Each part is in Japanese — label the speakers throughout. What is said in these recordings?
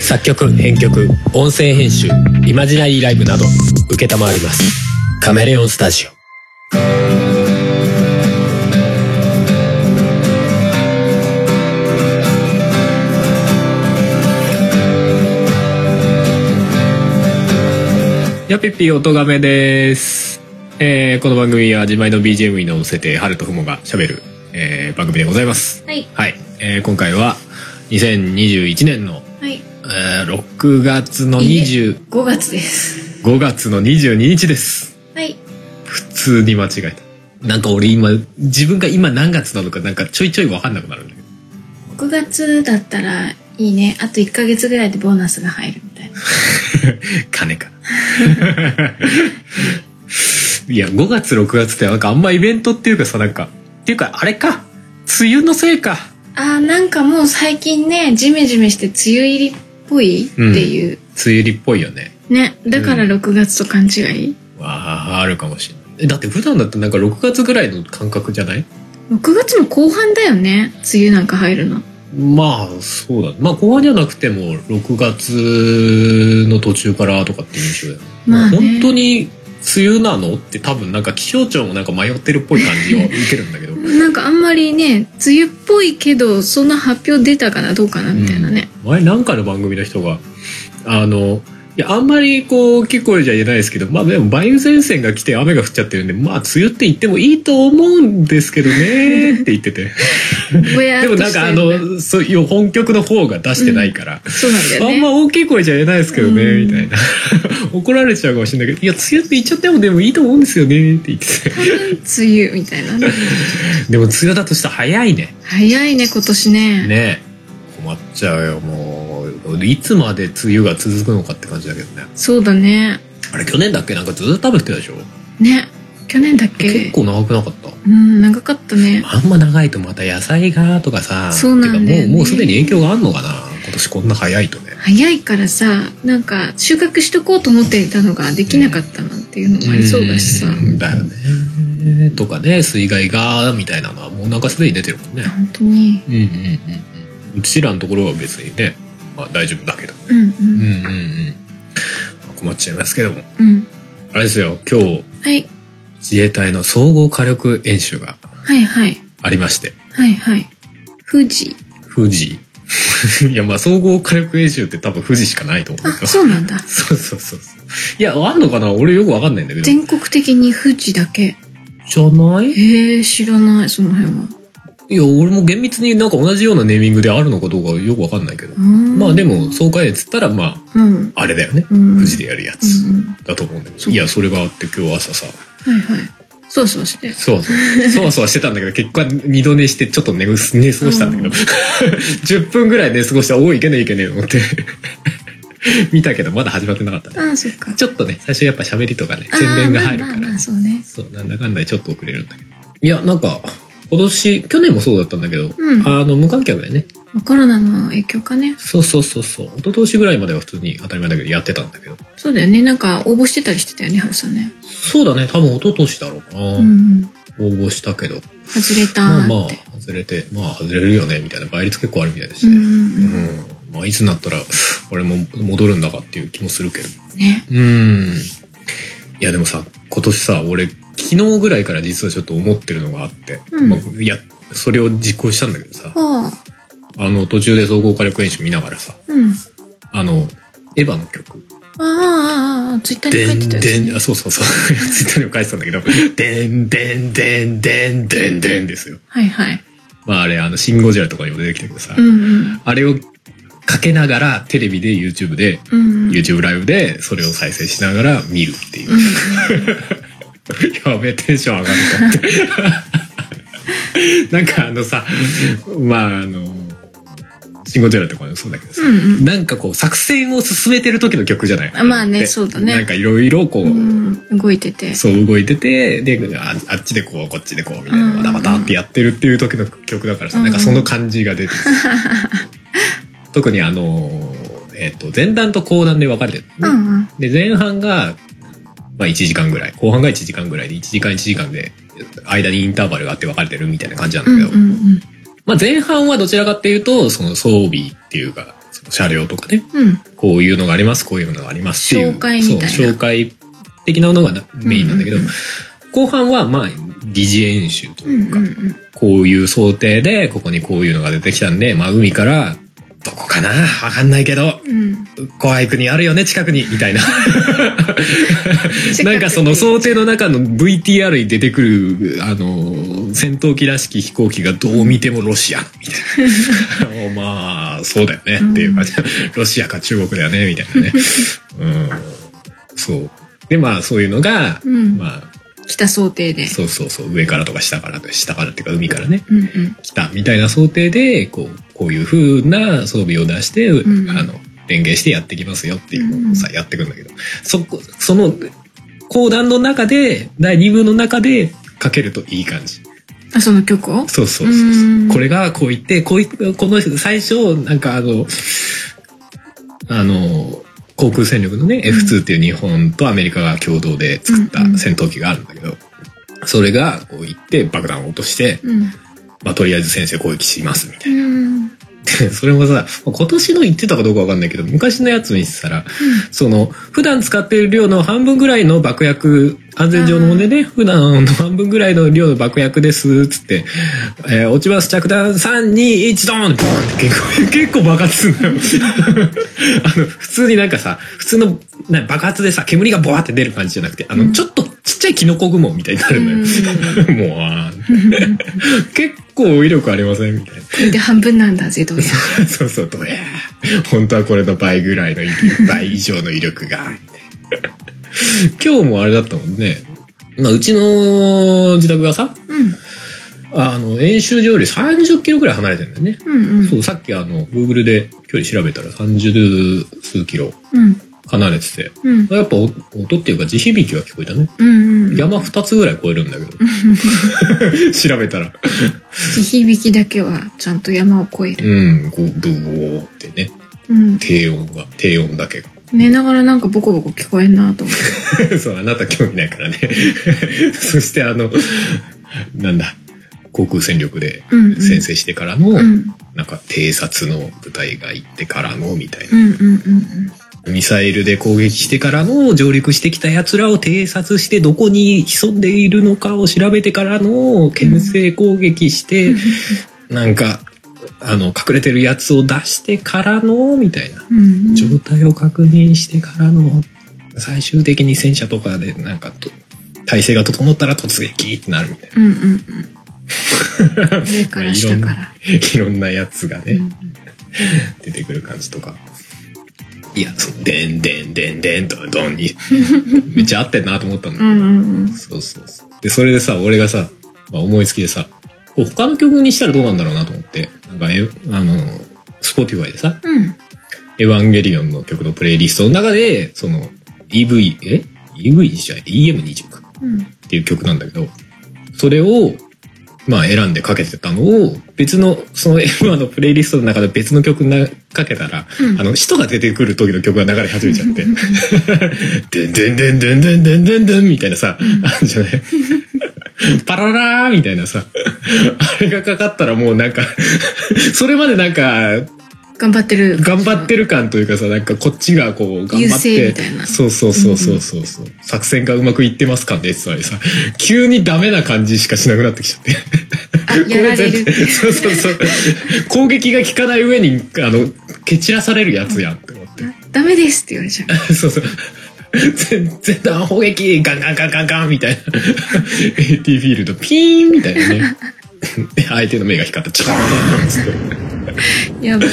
Speaker 1: 作曲編曲音声編集イマジナリーライブなど承りますカメレオンスタジオ
Speaker 2: やぴぴ音がめです、えーこの番組は自前の BGM に乗せて春とふもがしゃべる、えー番組でございます
Speaker 3: はい
Speaker 2: はい、えー今回は2021年の、
Speaker 3: はい
Speaker 2: えー6月の25
Speaker 3: 5月です
Speaker 2: 月の22日です
Speaker 3: はい
Speaker 2: 普通に間違えたなんか俺今自分が今何月なのかなんかちょいちょい分かんなくなるんだけど
Speaker 3: 6月だったらいいねあと1ヶ月ぐらいでボーナスが入るみたいな
Speaker 2: 金か いや5月6月ってなんかあんまイベントっていうかさなんかっていうかあれか梅雨のせいか
Speaker 3: あーなんかもう最近ねジメジメして梅雨入りっぽいっていう、
Speaker 2: 梅雨入りっぽいよね
Speaker 3: ねだから6月と勘違い、
Speaker 2: わああるかもしれないえだって普段だってなんか6月ぐらいの感覚じゃない
Speaker 3: 6月の後半だよね梅雨なんか入るの
Speaker 2: まあそうだまあ後半じゃなくても6月の途中からとかっていう印象だよ、
Speaker 3: まあね
Speaker 2: 本当に梅雨なのって多分なんか気象庁もなんか迷ってるっぽい感 じを受けるんだけど
Speaker 3: なんかあんまりね梅雨っぽいけどそんな発表出たかなどうかなみたいなね、
Speaker 2: 前なんかの番組の人があのいやあんまりこう結構じゃ言えないですけどまあでも梅雨前線が来て雨が降っちゃってるんでまあ梅雨って言ってもいいと思うんですけどねって言って て
Speaker 3: ぼや
Speaker 2: で
Speaker 3: っ
Speaker 2: も
Speaker 3: と
Speaker 2: な
Speaker 3: し
Speaker 2: ん
Speaker 3: た
Speaker 2: かあ
Speaker 3: ような
Speaker 2: のそういう本局の方が出してないから、
Speaker 3: そうなんだよ
Speaker 2: あん
Speaker 3: ね
Speaker 2: ま大きい声じゃ言えないですけどね、
Speaker 3: うん
Speaker 2: みたいな 怒られちゃうかもしれないけど「いや梅雨って言っちゃってもでもいいと思うんですよね」って言ってて
Speaker 3: 多分梅雨みたいなね
Speaker 2: でも梅雨だとしたら早いね
Speaker 3: 早いね今年
Speaker 2: ね
Speaker 3: ね
Speaker 2: え困っちゃうよもういつまで梅雨が続くのかって感じだけどね
Speaker 3: そうだね
Speaker 2: あれ去年だっけなんかずっと雨降ってたでしょ
Speaker 3: ね去年だっけ
Speaker 2: 結構長くなかった
Speaker 3: うん長かったね
Speaker 2: あんま長いとまた野菜がとかさ
Speaker 3: そうなんだよね
Speaker 2: てかもうもうすでに影響があんのかな今年こんな早いとね
Speaker 3: 早いからさなんか収穫しとこうと思っていたのができなかったなんていうのもありそうだしさ
Speaker 2: んだよねとかね水害がみたいなのはもうなんかすでに出てるもんね
Speaker 3: 本当に
Speaker 2: うんうんうんうんうちらのところは別にね、まあ、大丈夫だけど
Speaker 3: うんう
Speaker 2: うん
Speaker 3: ん
Speaker 2: うんうん困っちゃいますけども
Speaker 3: うん
Speaker 2: あれですよ今日
Speaker 3: はい
Speaker 2: 自衛隊の総合火力演習が
Speaker 3: はいはい
Speaker 2: ありまして
Speaker 3: はいはい富士
Speaker 2: 富士 いやまあ総合火力演習って多分富士しかないと思うけ
Speaker 3: あ
Speaker 2: ど
Speaker 3: そうなんだ
Speaker 2: そうそうそうそう。いや、あんのかな俺よくわかんないんだけど。
Speaker 3: 全国的に富士だけ
Speaker 2: じゃない
Speaker 3: へえ知らないその辺はい
Speaker 2: や、俺も厳密になんか同じようなネーミングであるのかどうかよくわかんないけど。ま
Speaker 3: ま
Speaker 2: あでも、総会っつったら、ま
Speaker 3: うん
Speaker 2: あ、あれだよね。
Speaker 3: うん
Speaker 2: 富士でやるや
Speaker 3: う
Speaker 2: つ
Speaker 3: んうん
Speaker 2: だと思うんだけ
Speaker 3: そ
Speaker 2: ど。
Speaker 3: う
Speaker 2: いや、それがあって今日朝さ、
Speaker 3: はいはいそうそうして
Speaker 2: そうそう、そわそわしてたんだけ ど、結果二度寝してちょっと寝ぐす寝過ごしたんだけど、
Speaker 3: うん
Speaker 2: 10分ぐらい寝過ごして、おお、いけねえいけねえと思って、 見たけど、まだ始まってなかったね。
Speaker 3: ああそっか
Speaker 2: ちょっとね、最初やっぱ喋りとかね、
Speaker 3: あー
Speaker 2: 宣伝が入るか
Speaker 3: まあまあま
Speaker 2: ら
Speaker 3: あ。そうね
Speaker 2: そう、なんだかんだでちょっと遅れるんだけど。いや、なんか、今年、去年もそうだったんだけど、
Speaker 3: うん
Speaker 2: あの、無観客だよね。
Speaker 3: まあコロナの影響かね
Speaker 2: そうそうそうそう。一昨年ぐらいまでは普通に当たり前だけどやってたんだけど。
Speaker 3: そうだよねなんか応募してたりしてたよねハルさんね
Speaker 2: そうだね、多分一昨年だろうかな。
Speaker 3: うんうん
Speaker 2: 応募したけど。
Speaker 3: 外れた
Speaker 2: まあま
Speaker 3: ーって、
Speaker 2: あ、外れて、まあ外れるよね、みたいな倍率結構あるみたいです
Speaker 3: う
Speaker 2: ね。
Speaker 3: ん
Speaker 2: うん。まあ、いつになったら、俺も戻るんだかっていう気もするけど。
Speaker 3: ね
Speaker 2: うん。いやでもさ、今年さ、俺、昨日ぐらいから実はちょっと思ってるのがあって、
Speaker 3: うん
Speaker 2: まあ、いや、それを実行したんだけどさ、
Speaker 3: はあ
Speaker 2: あの、途中で総合火力演習見ながらさ、
Speaker 3: うん
Speaker 2: あの、エヴァの曲。
Speaker 3: ああああああツイッターに書いてたやつ
Speaker 2: でんでん、
Speaker 3: ね
Speaker 2: あ、そうそうそう。 ツイッターにも書いてたんだけど、でんでんでんでんでんでんですよ。
Speaker 3: はいはい
Speaker 2: まああれ、あの、シンゴジラとかにも出てきたけどさ、
Speaker 3: うんうん
Speaker 2: あれをかけながらテレビで YouTube で、
Speaker 3: うんうん
Speaker 2: YouTube ライブでそれを再生しながら見るっていう
Speaker 3: う。ん
Speaker 2: やべえテンション上がると思 って。なんかあのさ、まああの、シンゴジラとかもそうだけどさ、
Speaker 3: うんうん
Speaker 2: なんかこう作戦を進めてる時の曲じゃない
Speaker 3: あまあね
Speaker 2: で
Speaker 3: そうだね
Speaker 2: なんかいろいろこう、
Speaker 3: うん動いてて
Speaker 2: そう動いてて、で、ああっちでこう、こっちでこう、みたいな、
Speaker 3: うん
Speaker 2: バタバタってやってるっていう時の曲だからさ、
Speaker 3: うん
Speaker 2: なんかその感じが出てる特にあの、えっ、と、前段と後段で分かれてる、
Speaker 3: うんうん
Speaker 2: で、前半が、まあ1時間ぐらい、後半が1時間ぐらいで、1時間1時間で、間にインターバルがあって分かれてるみたいな感じなん
Speaker 3: う
Speaker 2: だ
Speaker 3: ん
Speaker 2: け
Speaker 3: う
Speaker 2: ど、
Speaker 3: んうん
Speaker 2: まあ前半はどちらかっていうと、その装備っていうか、その車両とかね
Speaker 3: うん。
Speaker 2: こういうのがありますこういうのがありますっていう
Speaker 3: 紹介みたいな
Speaker 2: そう紹介的なのがなメインなんだけど、
Speaker 3: うんうん
Speaker 2: 後半はまあ疑似演習と
Speaker 3: う
Speaker 2: い
Speaker 3: ん
Speaker 2: うか、
Speaker 3: うんうん。
Speaker 2: こういう想定でここにこういうのが出てきたんで、まあ、海からどこかなわかんないけど
Speaker 3: うん。
Speaker 2: 怖い国あるよね近くにみたいな なんかその
Speaker 3: う。
Speaker 2: 想定の中の VTR に出てくるあの戦闘機らしき飛行機がどう見てもロシアみたいな まあそうだよねっていう感じ、 ロシアか中国だよねみたいな ねうんそうでまあそういうのが、
Speaker 3: うん。
Speaker 2: まあ
Speaker 3: 来た想定で。
Speaker 2: そうそうそう上からとか下からとか下からっていうか海からね
Speaker 3: うんうん。
Speaker 2: 来たみたいな想定でこうこういう風な装備を出して、
Speaker 3: うん
Speaker 2: あの連携してやってきますよっていうのをさ、やってくんだけどそこその講談の中で第2部の中でかけるといい感じ
Speaker 3: あ、その曲を
Speaker 2: そうそうそうそう
Speaker 3: うん
Speaker 2: これがこう言ってこういこの最初なんかあのあの航空戦力のね、
Speaker 3: ん
Speaker 2: F2 っていう日本とアメリカが共同で作っ
Speaker 3: うんうん
Speaker 2: た戦闘機があるんだけど、それがこう行って爆弾を落として、
Speaker 3: うん。
Speaker 2: まあ、とりあえず先生攻撃しますみたいな
Speaker 3: う。ん。
Speaker 2: ってそれもさ、今年の言ってたかどうかわかんないけど、昔のやつにしたら、その、普段使っている量の半分ぐらいの爆薬、安全上の問題ね、普段の半分ぐらいの量の爆薬です、つって、えー落ちます着弾、3、2、1、ドーンボーンって結構、結構爆発するんだよ。あの、普通になんかさ、普通のな爆発でさ、煙がボワって出る感じじゃなくて、あの、ちょっとちっちゃいキノコ雲みたいになるのよ。 もうあー、結構威力ありませんみたいな。
Speaker 3: これで半分なんだぜ、どうや。
Speaker 2: そうそう、どれ本当はこれの倍ぐらいの威力、倍以上の威力が。今日もあれだったもんね。まあ、うちの自宅がさ、
Speaker 3: うん。
Speaker 2: あの、演習場より30キロぐらい離れてるんだよね。
Speaker 3: うんうん。
Speaker 2: そう、さっきあの、Google で距離調べたら30数キロ
Speaker 3: うん。
Speaker 2: 離れてて、
Speaker 3: うん。
Speaker 2: やっぱ音音っていうか地響きが聞こえたね。
Speaker 3: うんうん。
Speaker 2: 山2つぐらい超えるんだけど。調べたら。
Speaker 3: 地響きだけはちゃんと山を越える。
Speaker 2: うん、こう、ブーーってね、
Speaker 3: うん。
Speaker 2: 低音が、低音だけが。
Speaker 3: 寝ながらなんかボコボコ聞こえんなと思っ て。
Speaker 2: そう、あなた興味ないからね。 そしてあの、なんだ、航空戦力で
Speaker 3: うんうん。
Speaker 2: 先制してからの、
Speaker 3: うん。
Speaker 2: なんか偵察の部隊が行ってからの、みたいな
Speaker 3: う。んうんうん
Speaker 2: ミサイルで攻撃してからの、上陸してきた奴らを偵察して、どこに潜んでいるのかを調べてからの、牽制攻撃して、なんか、あの、隠れてるやつを出してからの、みたいな。
Speaker 3: うん。うんうん。
Speaker 2: 状態を確認してからの最終的に戦車とかでなんかと体勢が整ったら突撃ってなるみたい
Speaker 3: うんうんうん。上から下から。
Speaker 2: ないろんなやつが
Speaker 3: う
Speaker 2: ね
Speaker 3: ん
Speaker 2: 出てくる感じとかいやそうでんでんでんでんどんどん にめっちゃ合ってんなと思ったの、
Speaker 3: うんうんうん。
Speaker 2: そうそうそうでそれでさ俺がさ、まあ、思いつきでさこう他の曲にしたらどうなんだろうなと思ってなんかえあのスポティファイでさ
Speaker 3: うん。
Speaker 2: エヴァンゲリオンの曲のプレイリストの中で、その EV、え ?EV にしちゃえ ?EM20 か
Speaker 3: うん。
Speaker 2: っていう曲なんだけど、それを、まあ選んでかけてたのを、別の、そのエヴァのプレイリストの中で別の曲なかけたら、
Speaker 3: うん
Speaker 2: あの、人が出てくる時の曲が流れ始めちゃって、でんでんでんでんでんでんでんでんみたいなさ、あるじゃないパララーみたいなさ、あれがかかったらもうなんか、それまでなんか、
Speaker 3: 頑張ってる。
Speaker 2: 頑張ってる感というかさなんかこっちがこう頑
Speaker 3: 優
Speaker 2: 張っ
Speaker 3: 勢
Speaker 2: て
Speaker 3: みたいな
Speaker 2: そうそうそうそうそうそう、作戦がうまくいってます感で言ってたのにさ急にダメな感じしかしなくなってきちゃって。
Speaker 3: あ、 やられるって
Speaker 2: そうそうそう攻撃が効かない上にあの蹴散らされるやつやんって思って、
Speaker 3: あダメですって言われちゃう。
Speaker 2: そうそう全然弾砲撃ガンガンガンガンガンみたいな AT フィールドピーンみたいなねで相手の目が光ったチャーンっつって
Speaker 3: やばい。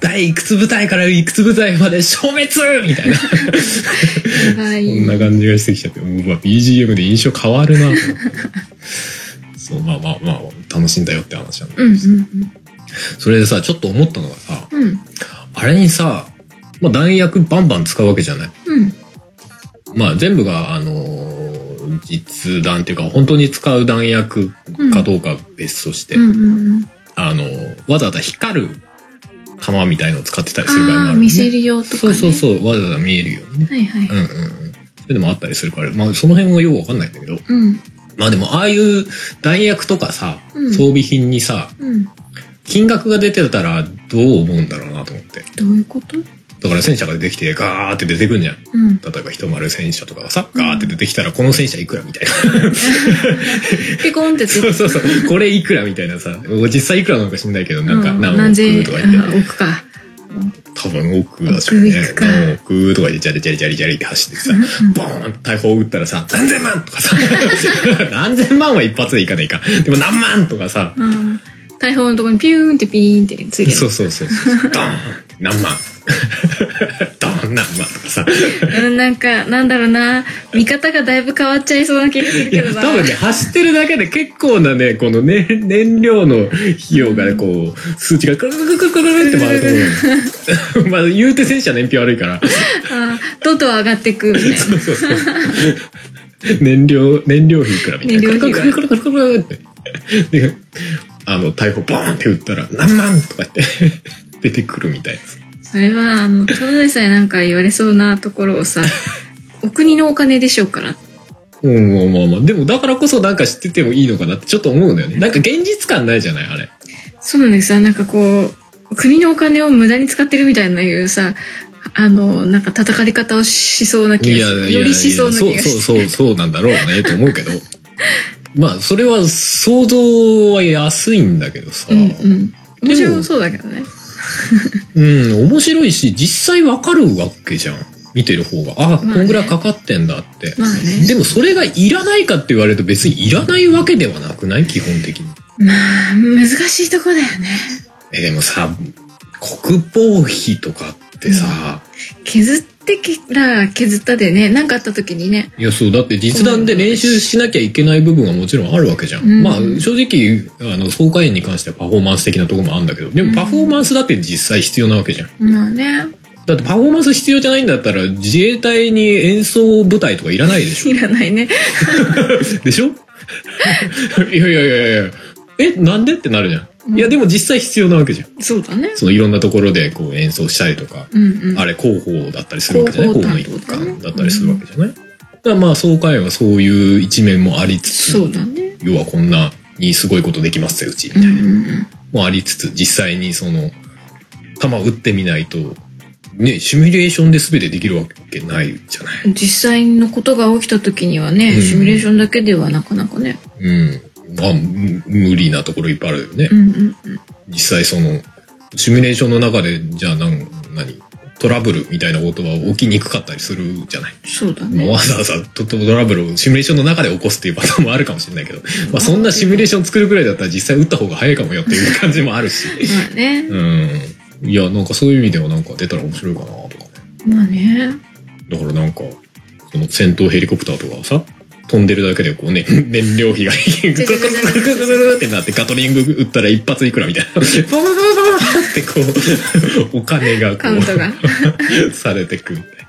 Speaker 2: 第いくつ部隊からいくつ部隊まで消滅みたいな
Speaker 3: やば。
Speaker 2: こんない感じがしてきちゃって、もううわ BGM で印象変わるなと 思って。そう、まあまあまあ、楽しんだよって話なんだけ
Speaker 3: うん
Speaker 2: ど、
Speaker 3: うん
Speaker 2: それでさ、ちょっと思ったのがさ、
Speaker 3: うん。うん。
Speaker 2: あれにさ、まあ弾薬バンバン使うわけじゃない。
Speaker 3: うん。
Speaker 2: まあ全部が、あのー実弾っていうか、本当に使う弾薬かどうかは別として、
Speaker 3: うんうんうん。
Speaker 2: あのーわざわざ光る弾みたいのを使ってたりする場合もある
Speaker 3: ああ
Speaker 2: よ
Speaker 3: ー、
Speaker 2: ね
Speaker 3: 見せるよとか、
Speaker 2: そう
Speaker 3: ね。
Speaker 2: そうそう、わざわざ見えるようにね。
Speaker 3: はいはい。
Speaker 2: うんうんうん。それでもあったりするから、まあその辺はよくわかんないんだけど、
Speaker 3: うん。
Speaker 2: まあでもああいう弾薬とかさ、
Speaker 3: うん
Speaker 2: 装備品にさ
Speaker 3: うん。
Speaker 2: 金額が出てたらどう思うんだろうなと思って。
Speaker 3: どういうこと
Speaker 2: だから戦車が出てきてガーって出てくんじゃん。
Speaker 3: うん。
Speaker 2: 例えば一丸戦車とかがさ、ガーって出てきたらこの戦車いくらみたいな。
Speaker 3: ピコンって
Speaker 2: そうそうそう。これいくらみたいなさ。実際いくらなのか知んないけど、なんか
Speaker 3: う
Speaker 2: 何
Speaker 3: 何
Speaker 2: 億
Speaker 3: 千円
Speaker 2: とか言って、
Speaker 3: あ億か。
Speaker 2: 多分億だしね
Speaker 3: 億いく。か
Speaker 2: 何億とか言って、ジャリジャリジャリジャリって走ってさ
Speaker 3: うんうん、
Speaker 2: ボーンって大砲撃ったらさ、何千万とかさ、何千万は一発でいかないか。でも何万とかさ、
Speaker 3: うん。大砲のところにピューンってピーンってついて
Speaker 2: そう
Speaker 3: る。
Speaker 2: そうそうそう。ドーン何万ドーン何万とかさ。
Speaker 3: うん、なんか、なんだろうな。見方がだいぶ変わっちゃいそうな気がする
Speaker 2: い
Speaker 3: け
Speaker 2: や
Speaker 3: どな。
Speaker 2: 多分ね走ってるだけで結構なねこのね燃料の費用がねこう数値がクルクルクルクルって回ると思うまあ言うて戦車燃費悪いから
Speaker 3: あーどんどん上がっていくみたいな。
Speaker 2: そうそうそう燃料燃料費いくらみたいな
Speaker 3: 燃料
Speaker 2: クル
Speaker 3: 費
Speaker 2: クルクルクルクルクルってであの大砲ボーンって撃ったら何万とかって出てくるみたいな
Speaker 3: それは、あの、ただでさえなんか言われそうなところ をさ、お国のお金でしょうから。
Speaker 2: うんまあまあまあでもだからこそなんか知っててもいいのかなってちょっと思うんだよねなんか現実感ないじゃないあれ
Speaker 3: そうなんですよ。なんかこう、国のお金を無駄に使ってるみたいないうさ、あの、なんか叩かれ方をしそうな気がする。よりしそうな気がする。
Speaker 2: そうそうそうそうなんだろうねと思うけど まあそれは想像は安いんだけどさ、
Speaker 3: うんうん。
Speaker 2: でも
Speaker 3: 面白そうだけどね。
Speaker 2: うん面白いし実際わかるわけじゃん見てる方があ、
Speaker 3: ね
Speaker 2: こんぐらいかかってんだって、
Speaker 3: まあね。
Speaker 2: でもそれがいらないかって言われると別にいらないわけではなくない基本的に
Speaker 3: まあ、難しいとこだよね。
Speaker 2: えでもさ国防費とかってさ、
Speaker 3: 削ってきら削ったでね、何かあった時にね。
Speaker 2: いやそうだって実弾で練習しなきゃいけない部分はもちろんあるわけじゃん、
Speaker 3: うん
Speaker 2: まあ正直あの総会員に関してはパフォーマンス的なところもあるんだけどで
Speaker 3: う
Speaker 2: も
Speaker 3: ん
Speaker 2: パフォーマンスだって実際必要なわけじゃん
Speaker 3: まあね。
Speaker 2: だってパフォーマンス必要じゃないんだったら自衛隊に演奏部隊とかいらない でし
Speaker 3: いらないね。
Speaker 2: ょでし ょいやいやいやいやえなんでってなるじゃん、
Speaker 3: うん
Speaker 2: いやでも実際必要なわけじゃん
Speaker 3: そうだね。
Speaker 2: そのいろんなところでこう演奏したりとか、
Speaker 3: うんうん。
Speaker 2: あれ広報だったりするわけじゃない
Speaker 3: 広
Speaker 2: 広
Speaker 3: 報
Speaker 2: 報
Speaker 3: 担
Speaker 2: の
Speaker 3: 当
Speaker 2: 一環だったりするわけじゃない、だからまあ総会員はそういう一面もありつつ
Speaker 3: そうだね。
Speaker 2: 要はこんなにすごいことできますようちみ
Speaker 3: う
Speaker 2: た
Speaker 3: ん
Speaker 2: いな、
Speaker 3: うん
Speaker 2: もありつつ実際にその弾打ってみないとねシミュレーションで全てできるわけないじゃない、
Speaker 3: うん。実際のことが起きた時にはね、
Speaker 2: うん
Speaker 3: シミュレーションだけではなかなかね。
Speaker 2: うん、まあむ無理なところいっぱいあるよね、
Speaker 3: うんうんうん。
Speaker 2: 実際そのシミュレーションの中でじゃあなん何トラブルみたいなことは起きにくかったりするじゃない、
Speaker 3: そうだ
Speaker 2: まあ
Speaker 3: ね。
Speaker 2: わざわざトトラブルをシミュレーションの中で起こすっていうパターンもあるかもしれないけど、まあ、そんなシミュレーション作るくらいだったら実際打った方が早いかもよっていう感じもあるし
Speaker 3: まあね。
Speaker 2: うん。いや、なんかそういう意味ではなんか出たら面白いかなとかね。
Speaker 3: まあね。
Speaker 2: だからなんか、その戦闘ヘリコプターとかさ、飛んでるだけでこうね、 燃料費がグルグルグルグルグルグルってなってガトリング撃ったら一発いくらみたいな。パパパパパパってこう、お金がこう。
Speaker 3: カウントが。
Speaker 2: されてくみたいな。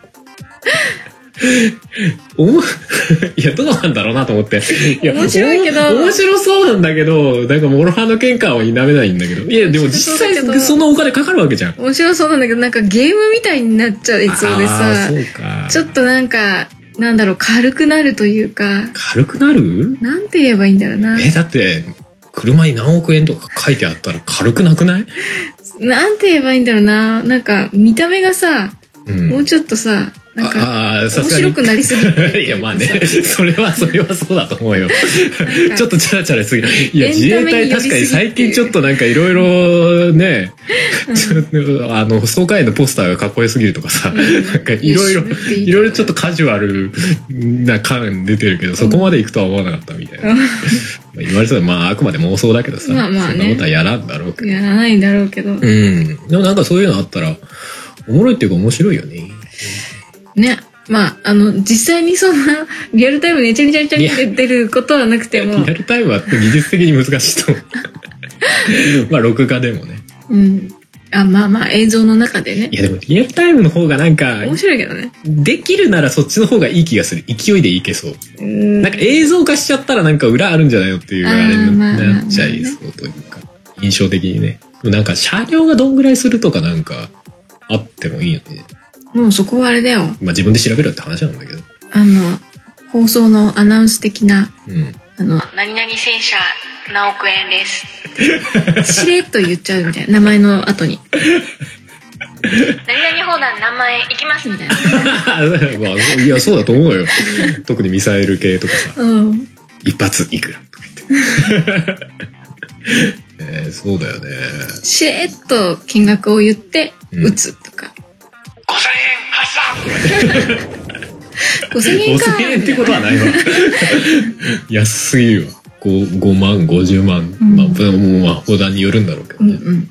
Speaker 2: おも いやどうなんだろうなと思っていや
Speaker 3: 面白いけど
Speaker 2: おも面白そうなんだけどなんかモロハの喧嘩は否めないんだけどいやでも実際
Speaker 3: 面白そうだけど
Speaker 2: そのお金かかるわけじゃん
Speaker 3: 面白そうなんだけど、なんかゲームみたいになっちゃいそうで
Speaker 2: あ
Speaker 3: さ、
Speaker 2: ーそうか
Speaker 3: ちょっとなんか、なんだろう、軽くなるというか、
Speaker 2: 軽くなる
Speaker 3: なんて言えばいいんだろうな。
Speaker 2: えだって車に何億円とか書いてあったら軽くなくない、
Speaker 3: なんて言えばいいんだろうな。なんか、見た目がさ、
Speaker 2: うん、
Speaker 3: もうちょっとさ、なんか、
Speaker 2: ああーさ
Speaker 3: 面
Speaker 2: すが
Speaker 3: 白
Speaker 2: に
Speaker 3: くなりすぎて。
Speaker 2: いやまあねそれはそれはそうだと思うよ
Speaker 3: か
Speaker 2: ちょっとチャラチャラしすぎるいや
Speaker 3: エン
Speaker 2: 自
Speaker 3: タ
Speaker 2: 衛
Speaker 3: メ
Speaker 2: 隊
Speaker 3: に寄り
Speaker 2: 確
Speaker 3: すぎ
Speaker 2: か
Speaker 3: て
Speaker 2: に最近ちょっとなんかいろいろね、 ちょっとあの総会のポスターがかっこよすぎるとかさ、
Speaker 3: うん
Speaker 2: なんかいろいろ
Speaker 3: いや渋っていい
Speaker 2: いろいろちょっとカジュアルな感出てるけどそこまで行くとは思わなかったみたいな、
Speaker 3: うん
Speaker 2: まあ言われたらまああくまで妄想だけどさ、
Speaker 3: まあまあね
Speaker 2: そんなことはやらんだろうけど
Speaker 3: やらないんだろうけど。
Speaker 2: うんでもなんかそういうのあったらおもろいっていうか面白いよね
Speaker 3: ね。まあ、あの、実際にそんな、リアルタイムでチャリチャリチャリって出ることはなくても
Speaker 2: リア、ルタイムは技術的に難しいと思 うまあ録画でもね
Speaker 3: うん。あ、まあまあ、映像の中でね
Speaker 2: い。やでもリアルタイムの方がなんか
Speaker 3: 面白いけどね。
Speaker 2: できるならそっちの方がいい気がする勢いでいけそう
Speaker 3: うん
Speaker 2: なんか映像化しちゃったらなんか裏あるんじゃないのっていうあれ
Speaker 3: あー
Speaker 2: に
Speaker 3: まあ
Speaker 2: なっちゃいそうというか印象的にねでもなんか車両がどんぐらいするとかなんかあってもいいよね
Speaker 3: もうそこはあれだよ。
Speaker 2: まあ自分で調べろって話なんだけど
Speaker 3: あの、放送のアナウンス的な、
Speaker 2: うん
Speaker 3: あの、
Speaker 4: 何々戦車何億円です。
Speaker 3: しれっと言っちゃうみたいな、名前の後に。
Speaker 4: 何々砲弾何万円いきます
Speaker 3: み
Speaker 4: み
Speaker 3: た
Speaker 4: た
Speaker 3: い
Speaker 4: い
Speaker 3: な
Speaker 4: な。。
Speaker 2: まあ、いや、そうだと思う よ。特にミサイル系とかさ、
Speaker 3: うん。
Speaker 2: 一発いくらとか言 って。ねえそうだよね。
Speaker 3: しれっと金額を言って、撃つとか。
Speaker 4: 五千円発射
Speaker 3: 5000円か
Speaker 2: 5000円ってことはないわ。 安すぎるわ。5, 5万、50万。
Speaker 3: うん
Speaker 2: まあ、でもまあ、砲弾によるんだろうけど
Speaker 3: うんう
Speaker 2: ね。
Speaker 3: んうん。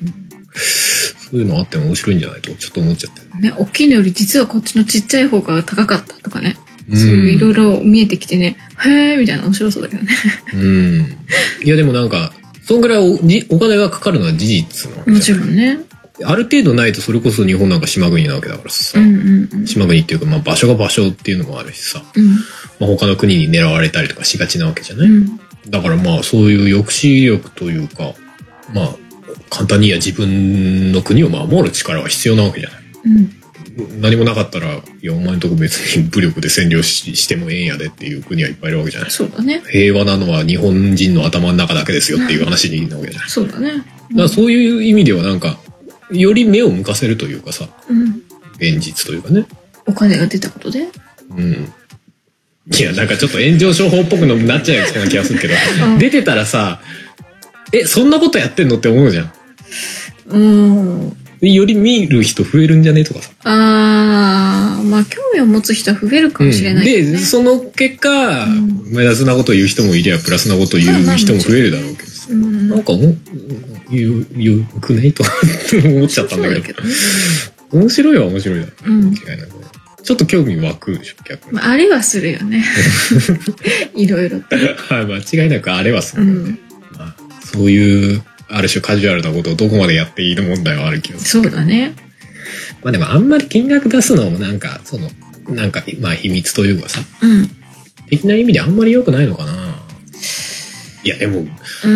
Speaker 2: そういうのあっても面白いんじゃないと、ちょっと思っちゃったよね。
Speaker 3: ね、大きいのより実はこっちのちっちゃい方が高かったとかね。そういういろいろ見えてきてね、へーみたいな面白そうだけどね。
Speaker 2: うん。いや、でもなんか、そんぐらいおじお金がかかるのは事実なわけ
Speaker 3: も
Speaker 2: じ
Speaker 3: ち
Speaker 2: ゃん
Speaker 3: ろんね。
Speaker 2: ある程度ないと、それこそ日本なんか島国なわけだから
Speaker 3: う
Speaker 2: さ。
Speaker 3: んうんうん。
Speaker 2: 島国っていうか、まあ場所が場所っていうのもあるしさ、
Speaker 3: うん
Speaker 2: まあ、他の国に狙われたりとかしがちなわけじゃな
Speaker 3: う
Speaker 2: い、
Speaker 3: ん。
Speaker 2: だからまあそういう抑止力というか、まあ簡単に言えば自分の国を守る力は必要なわけじゃない
Speaker 3: うん。
Speaker 2: 何もなかったら、いや、お前んとこ別に武力で占領ししてもええんやでっていう国はいっぱいいるわけじゃない
Speaker 3: そうだね。
Speaker 2: 平和なのは日本人の頭の中だけですよっていう話になるわけじゃない。
Speaker 3: そうだね。
Speaker 2: だからそういう意味ではなんか、より目を向かせるというかさ、
Speaker 3: うん。
Speaker 2: 現実というかね。
Speaker 3: お金が出たことで。
Speaker 2: うん。いや、なんかちょっと炎上商法っぽくのなっちゃうような気がするけど、
Speaker 3: うん
Speaker 2: 出てたらさ、え、そんなことやってんのって思うじゃん。
Speaker 3: うん。
Speaker 2: より見る人増えるんじゃねとかさ。
Speaker 3: あー、まあ興味を持つ人は増えるかもしれないけど
Speaker 2: で、
Speaker 3: ね。
Speaker 2: その結果、
Speaker 3: ん
Speaker 2: マイナスなこと言う人もいりゃ、プラスなこと言う人も増えるだろうけどさ。
Speaker 3: うん。
Speaker 2: なんかもう、よ、よくないと思っちゃったんだけど。
Speaker 3: そうね
Speaker 2: 面白いは面白いだろう。
Speaker 3: うん。
Speaker 2: 間違いなくね。ちょっと興味湧くでしょ、逆に。
Speaker 3: まあ、あれはするよ ね。いろいろと。
Speaker 2: はい、 間違いなくあれはす
Speaker 3: う
Speaker 2: るよね。
Speaker 3: ん。
Speaker 2: まあそういう、ある種カジュアルなことをどこまでやっていいの問題はあるけど。
Speaker 3: そうだね。
Speaker 2: まあでもあんまり金額出すのもなんか、その、なんか、まあ秘密というかさ、
Speaker 3: うん。う
Speaker 2: 的な意味であんまり良くないのかな。いやでも、
Speaker 3: ー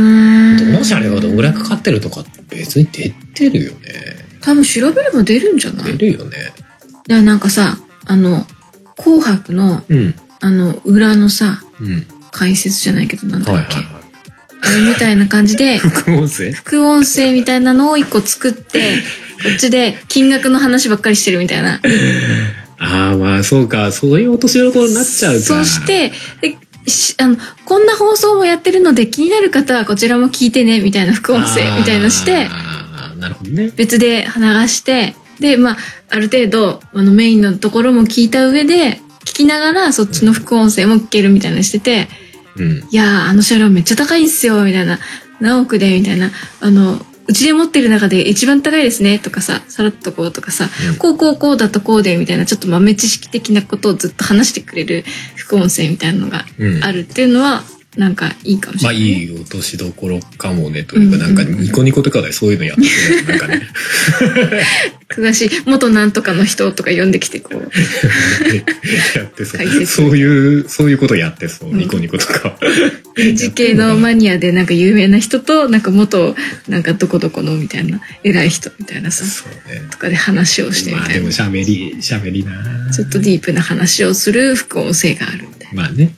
Speaker 3: ん。
Speaker 2: どの車両がどんぐらいかかってるとか別に出てるよね。
Speaker 3: 多分調べれば出るんじゃな
Speaker 2: 出
Speaker 3: いだか
Speaker 2: るよね。
Speaker 3: らなんかさ、あの、紅白の、
Speaker 2: うん。
Speaker 3: あの、裏のさ、
Speaker 2: うん。
Speaker 3: 解説じゃないけど、なん
Speaker 2: はい
Speaker 3: だ
Speaker 2: は
Speaker 3: っ
Speaker 2: い
Speaker 3: け。
Speaker 2: はい。
Speaker 3: あれみたいな感じで、
Speaker 2: 副音声
Speaker 3: 副音声みたいなのを一個作って、こっちで金額の話ばっかりしてるみたいな。
Speaker 2: ああまあそうか、そういう落としどころになっちゃうか。
Speaker 3: そし、て、でしあの、こんな放送もやってるので気になる方はこちらも聞いてね、みたいな副音声みたいのして、
Speaker 2: ああ、なるほどね。
Speaker 3: 別で流して、で、まあ、ある程度、あの、メインのところも聞いた上で、聞きながらそっちの副音声も聞けるみたいなのしてて、
Speaker 2: うん。
Speaker 3: いやー、あの車両めっちゃ高いんすよ、みたいな。何億で、みたいな。あの、うちで持ってる中で一番高いですね、とかさ、さらっとこうとかさ、
Speaker 2: うん
Speaker 3: こうこうこうだとこうで、みたいな、ちょっと豆知識的なことをずっと話してくれる副音声みたいなのが
Speaker 2: うん
Speaker 3: あるっていうのは、なんかいいかもし
Speaker 2: ま
Speaker 3: れ
Speaker 2: あ
Speaker 3: ない。
Speaker 2: いい落としどころかもねというか、
Speaker 3: うんうん
Speaker 2: なんかニコニコとかでそういうのやってるなんか ね
Speaker 3: 詳しい、元なんとかの人とか呼んできて、こ う。
Speaker 2: やってそ
Speaker 3: 解
Speaker 2: う
Speaker 3: 説
Speaker 2: そういうそういうことやってそう、
Speaker 3: うん
Speaker 2: ニコニコとか
Speaker 3: 電磁系のマニアでなんか有名な人と、なんか元、なんかどこどこのみたいな、偉い人みたいなさ、
Speaker 2: そうね
Speaker 3: とかで話をしてみ
Speaker 2: まあ
Speaker 3: た
Speaker 2: で
Speaker 3: い
Speaker 2: も
Speaker 3: な。
Speaker 2: しゃべりしゃべりな
Speaker 3: ちょっとディープな話をする副音声があるみたいな。
Speaker 2: まあね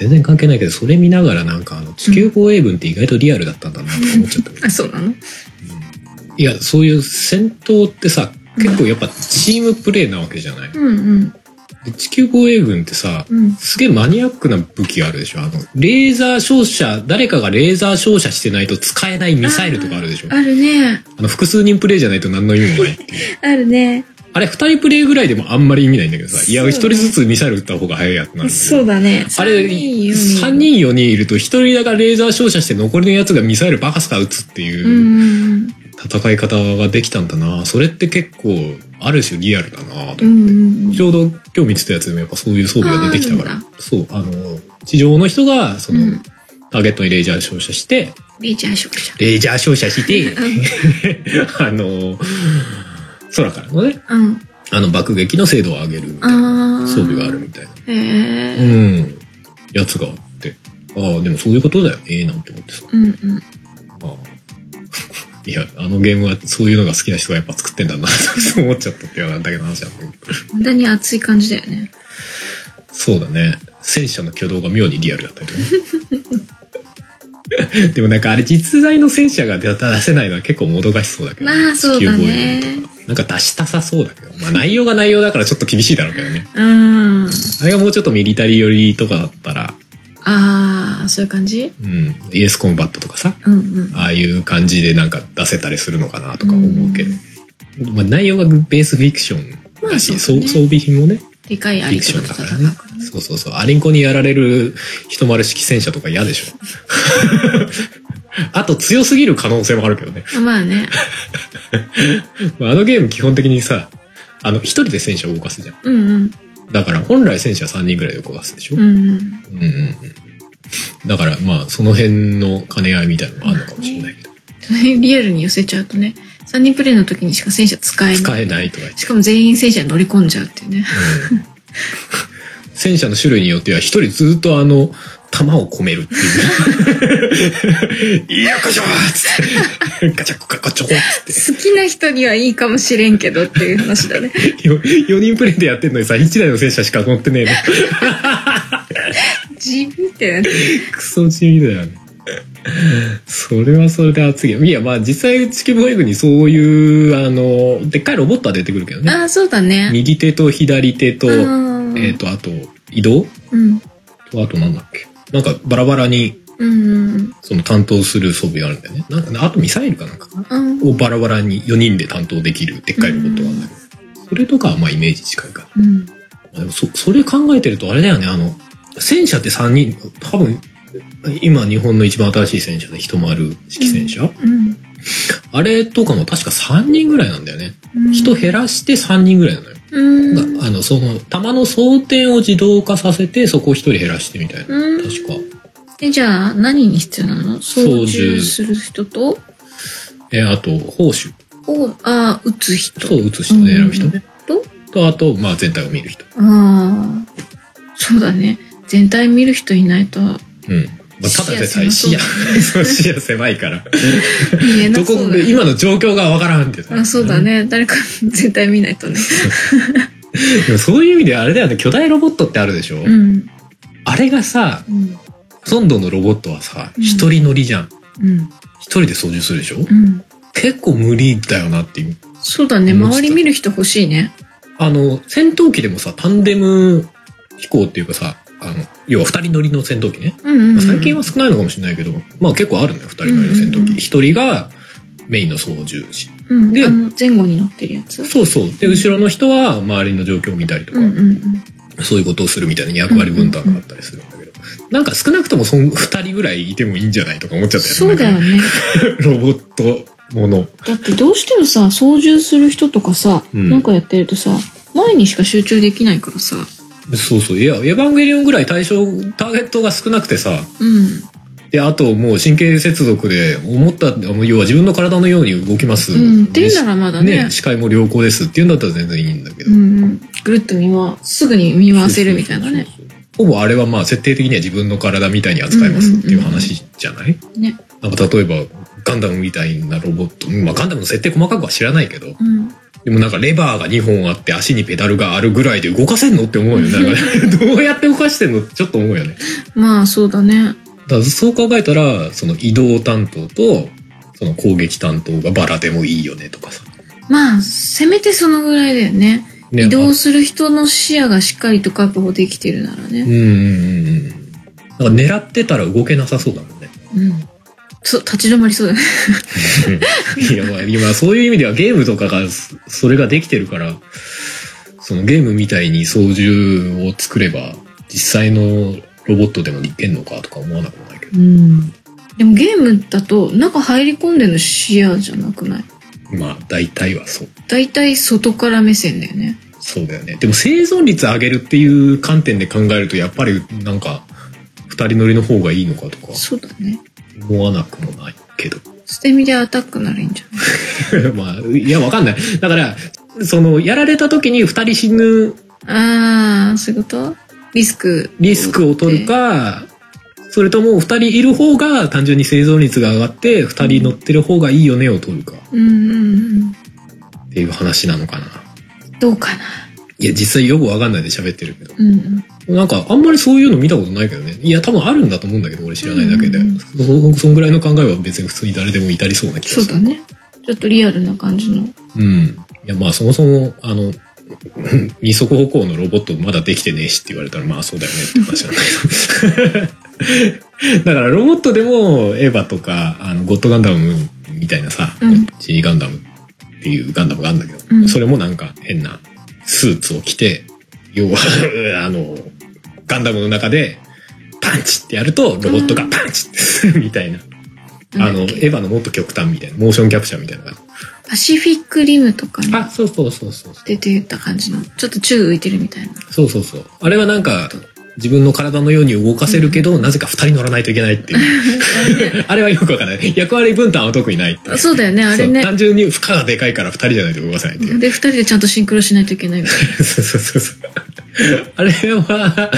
Speaker 2: 全然関係ないけどそれ見ながらなんかあの地球防衛軍って意外とリアルだったんだなと思っちゃった、
Speaker 3: あ、そうなの
Speaker 2: いやそういう戦闘ってさ結構やっぱチームプレーなわけじゃない、
Speaker 3: うんうん。
Speaker 2: で地球防衛軍ってさ、
Speaker 3: うん
Speaker 2: すげえマニアックな武器あるでしょあの、レーザー照射、誰かがレーザー照射してないと使えないミサイルとかあるでしょあ
Speaker 3: あるね。
Speaker 2: の、複数人プレイじゃないと何の意味もない っていう。
Speaker 3: あるね。
Speaker 2: あれ、二人プレイぐらいでもあんまり意味ないんだけどさ、いや、
Speaker 3: そう
Speaker 2: 一
Speaker 3: ね
Speaker 2: 人ずつミサイル撃った方が早いやってなるんだけど
Speaker 3: そうだね。
Speaker 2: あれ、
Speaker 3: 三人四
Speaker 2: 3人4人いると1人だからレーザー照射して残りのやつがミサイルバカスカ撃つって
Speaker 3: うん
Speaker 2: いう
Speaker 3: うん
Speaker 2: 戦い方ができたんだなそれって結構ある種リアルだなと
Speaker 3: うん。うんうん
Speaker 2: ちょうど今日見てたやつでもやっぱそういう装備が出てきたか
Speaker 3: あ
Speaker 2: ら
Speaker 3: ーある
Speaker 2: そ
Speaker 3: ん。
Speaker 2: う、あの、地上の人が、そうの、
Speaker 3: ん。
Speaker 2: ターゲットにレーザー照射して、
Speaker 3: レイちゃん食者。
Speaker 2: レーザー照射して
Speaker 3: う、ん
Speaker 2: あの、空からのね、
Speaker 3: うん。
Speaker 2: あの爆撃の精度を上げるみたいな
Speaker 3: ああ。
Speaker 2: 装備がある。みたいな。
Speaker 3: へ
Speaker 2: う
Speaker 3: え。
Speaker 2: ん。やつがあって。ああ、でもそういうことだよね、なんて思ってさ。
Speaker 3: うんうん。
Speaker 2: ああ いや、あのゲームはそういうのが好きな人がやっぱ作ってんだな、と思っちゃったっていうなんだけど話なんだけど。
Speaker 3: 無駄に熱い感じだよね。
Speaker 2: そうだね。戦車の挙動が妙にリアルだったりとかね でもなんかあれ実在の戦車が出出せないのは結構もどかしそうだけど、
Speaker 3: まあそうだね
Speaker 2: 地球防衛とかなんか出したさそうだけど、まあ、内容が内容だからちょっと厳しいだろうけどね
Speaker 3: うん。
Speaker 2: あれがもうちょっとミリタリー寄りとかだったら、
Speaker 3: ああ、そういう感じ
Speaker 2: うん、イエスコンバットとかさ
Speaker 3: うんうん。
Speaker 2: ああいう感じでなんか出せたりするのかなとか思うけど、まあ、内容がベースフィクションだし、
Speaker 3: まあそ
Speaker 2: そうう
Speaker 3: だね
Speaker 2: 装備品もね
Speaker 3: 理解あ
Speaker 2: フィ
Speaker 3: り
Speaker 2: クシ
Speaker 3: と
Speaker 2: ョ
Speaker 3: か
Speaker 2: ン
Speaker 3: と
Speaker 2: だか
Speaker 3: 戦
Speaker 2: ら
Speaker 3: う
Speaker 2: ね
Speaker 3: からね。
Speaker 2: そうそうそうアリンコにやられる一丸式戦車とか嫌でしょあと強すぎる可能性もあるけどね
Speaker 3: まあね。
Speaker 2: まああのゲーム基本的にさあの一人で戦車を動かすじゃん
Speaker 3: うんうん。
Speaker 2: だから本来戦車3人ぐらいで動かすでしょ、
Speaker 3: うんうん。
Speaker 2: うんうんうんだからまあその辺の兼ね合いみたいなのもあるのかもしれないけど、
Speaker 3: リアルに寄せちゃうとね、3人プレイの時にしか戦車使えない。
Speaker 2: 使えないとか言って
Speaker 3: しかも全員戦車に乗り込んじゃうっていうね。
Speaker 2: 戦車の種類によっては一人ずっとあの弾を込めるっていうよっこしょーっつってガチャッガチャコっつっ
Speaker 3: 好きな人にはいいかもしれんけどっていう 話だね。
Speaker 2: て 4, 人プレイでやってんのにさ1台の戦車しか乗ってねえ の
Speaker 3: 地味ってなって。
Speaker 2: クソ地味だよねそれはそれで熱いよいやまあ実際地球防衛軍にそういうあのでっかいロボットは出てくるけどね
Speaker 3: ああ、そうだね。
Speaker 2: 右手と左手と、
Speaker 3: うん
Speaker 2: えっ、とあと移動
Speaker 3: うん。
Speaker 2: とあとなんだっけなんかバラバラに
Speaker 3: うん。
Speaker 2: その担当する装備があるんだよねなんかねあとミサイルかなんか
Speaker 3: うん。
Speaker 2: をバラバラに4人で担当できるでっかいロボットがあるんだけど、それとかはまあイメージ近いかな。
Speaker 3: うん。
Speaker 2: まあでもそ、それ考えてるとあれだよね、あの、戦車って3人、多分、今日本の一番新しい戦車で一丸式戦車、
Speaker 3: うん。
Speaker 2: あれとかも確か3人ぐらいなんだよね。人減らして3人ぐらいなのよ。
Speaker 3: うん。
Speaker 2: だあの、その、弾の装填を自動化させて、そこを1人減らしてみたいな。
Speaker 3: うん
Speaker 2: 確か。
Speaker 3: え、じゃあ、何に必要なの
Speaker 2: 操縦
Speaker 3: 操縦する人と、
Speaker 2: え、あと、砲手。
Speaker 3: を、ああ、撃つ人。
Speaker 2: そう、撃つ人で選ぶ人ね。
Speaker 3: と、
Speaker 2: と、あと、まあ全体を見る人。
Speaker 3: ああ、そうだね。全体見る人いないと
Speaker 2: うん。まあ、ただでさえ視野、 そう視野狭いから。
Speaker 3: 言え
Speaker 2: ど
Speaker 3: な
Speaker 2: こ
Speaker 3: そうだね。
Speaker 2: 今の状況がわからんってさ
Speaker 3: あそうだ。ね。誰か全体見ないとね。
Speaker 2: でもそういう意味であれだよね、巨大ロボットってあるでしょ、
Speaker 3: うん。
Speaker 2: あれがさ、
Speaker 3: うん。
Speaker 2: ほとんどのロボットはさ、
Speaker 3: うん
Speaker 2: 一人乗りじゃん。
Speaker 3: うん。
Speaker 2: 一人で操縦するでしょ、
Speaker 3: うん。
Speaker 2: 結構無理だよなっていう。
Speaker 3: そうだね。
Speaker 2: 思ってた
Speaker 3: 周り見る人欲しいね。
Speaker 2: あの、戦闘機でもさ、タンデム飛行っていうかさ、あの、要は二人乗りの戦闘機ね。
Speaker 3: うんうん、うん。
Speaker 2: 最近は少ないのかもしれないけど、まあ結構あるのよ、二人乗りの戦
Speaker 3: う
Speaker 2: 闘
Speaker 3: んうんう
Speaker 2: 機。
Speaker 3: ん
Speaker 2: 一人がメインの操縦士。
Speaker 3: うん、
Speaker 2: で
Speaker 3: あの前後に乗ってるやつ。
Speaker 2: そうそう。で、後ろの人は周りの状況を見たりとか、
Speaker 3: うんうんうん。
Speaker 2: そういうことをするみたいな役割分担があったりするんだけど、なんか少なくともその2人ぐらいいてもいいんじゃないとか思っちゃった
Speaker 3: そうだよ
Speaker 2: なんか
Speaker 3: ね。
Speaker 2: ロボットもの。
Speaker 3: だってどうしてもさ、操縦する人とかさ、
Speaker 2: うん
Speaker 3: なんかやってるとさ、前にしか集中できないからさ。
Speaker 2: そうそう。いや、エヴァンゲリオンぐらい対象、ターゲットが少なくてさ、
Speaker 3: うん。
Speaker 2: で、あともう神経接続で思った、要は自分の体のように動きます。
Speaker 3: うん。っていうならまだね。
Speaker 2: ね、視界も良好ですっていうんだったら全然いいんだけど。
Speaker 3: うんうん。ぐるっと見ま、すぐに見回せるみたいな
Speaker 2: そう
Speaker 3: ね。
Speaker 2: そうそう。ほぼあれはまあ設定的には自分の体みたいに扱いますっていう話じゃない、
Speaker 3: ね。
Speaker 2: なんか例えばガンダムみたいなロボット、まあガンダムの設定細かくは知らないけど、
Speaker 3: うん。
Speaker 2: でもなんかレバーが2本あって足にペダルがあるぐらいで動かせんのって思うよね。 なんかねどうやって動かしてんのってちょっと思うよね。
Speaker 3: まあ、そうだね。
Speaker 2: だからそう考えたら、その移動担当と、その攻撃担当がバラでもいいよねとかさ。
Speaker 3: まあ、せめてそのぐらいだよね。
Speaker 2: ね
Speaker 3: 移動
Speaker 2: あ
Speaker 3: する人の視野がしっかりと確保できてるなら
Speaker 2: うん
Speaker 3: ね。
Speaker 2: うんうんうん。なんか狙ってたら動けなさそうだもんね。
Speaker 3: うん。そう、立ち止まりそうだね。
Speaker 2: いや、まあ、今、そういう意味ではゲームとかが、そそれができてるから、そのゲームみたいに操縦を作れば、実際のロボットでもいけんのかとか思わなくもないけど。
Speaker 3: うん。でもゲームだと、中入り込んでの視野じゃなくない
Speaker 2: まあ、大体はそう。
Speaker 3: だいたい外から目線だよね。
Speaker 2: そうだよね。でも生存率上げるっていう観点で考えると、やっぱりなんか、二人乗りの方がいいのかとか、
Speaker 3: そうだね。
Speaker 2: 思わなくもないけど。
Speaker 3: 捨て身でアタックならいいんじゃない
Speaker 2: まあ、いや、わかんない。だから、その、やられた時に二人死ぬ
Speaker 3: ああ、そういうことリスク。
Speaker 2: リスクを取るか、それとも2人いる方が単純に生存率が上がって2人乗ってる方がいいよねを取るか
Speaker 3: うんうんうん。
Speaker 2: っていう話なのかな。
Speaker 3: どうかな。
Speaker 2: いや実際よくわかんないで喋ってるけど
Speaker 3: うんうん。
Speaker 2: なんかあんまりそういうの見たことないけどねいや多分あるんだと思うんだけど俺知らないだけで、
Speaker 3: うんうん
Speaker 2: そそんぐらいの考えは別に普通に誰でも至りそうな気がす
Speaker 3: そ
Speaker 2: る
Speaker 3: うだね。ちょっとリアルな感じの。
Speaker 2: うん。いや、まあ、そもそも、あの、 うん二足歩行のロボットまだできてねえしって言われたら、まあ、そうだよねって話なんだけど。だ から、ロボットでも、エヴァとか、あの、ゴッドガンダムみたいなさ、
Speaker 3: うん
Speaker 2: ジーガンダムっていうガンダムがあるんだけど、
Speaker 3: うん
Speaker 2: それもなんか変なスーツを着て、要は、 あの、ガンダムの中で、パンチってやると、ロボットがパンチってするみたいな。あの、エ
Speaker 3: なんだっけ
Speaker 2: ヴァのもっと極端みたいな、モーションキャプチャーみたいなのが
Speaker 3: パシフィックリムとかに
Speaker 2: あ、そうそうそうそう。
Speaker 3: 出てた感じの、ちょっと宙浮いてるみたいな。
Speaker 2: そうそうそう。あれはなんか、自分の体のように動かせるけど、なぜか二人乗らないといけないってい う。あれはよくわかんない。役割分担は特にないっていう。
Speaker 3: そうだよね、あれ
Speaker 2: そう
Speaker 3: ね。
Speaker 2: 単純に負荷がでかいから二人じゃないと 動かせないっていう。
Speaker 3: で、二人でちゃんとシンクロしないといけないみたい
Speaker 2: そうそうそうそう。あれは、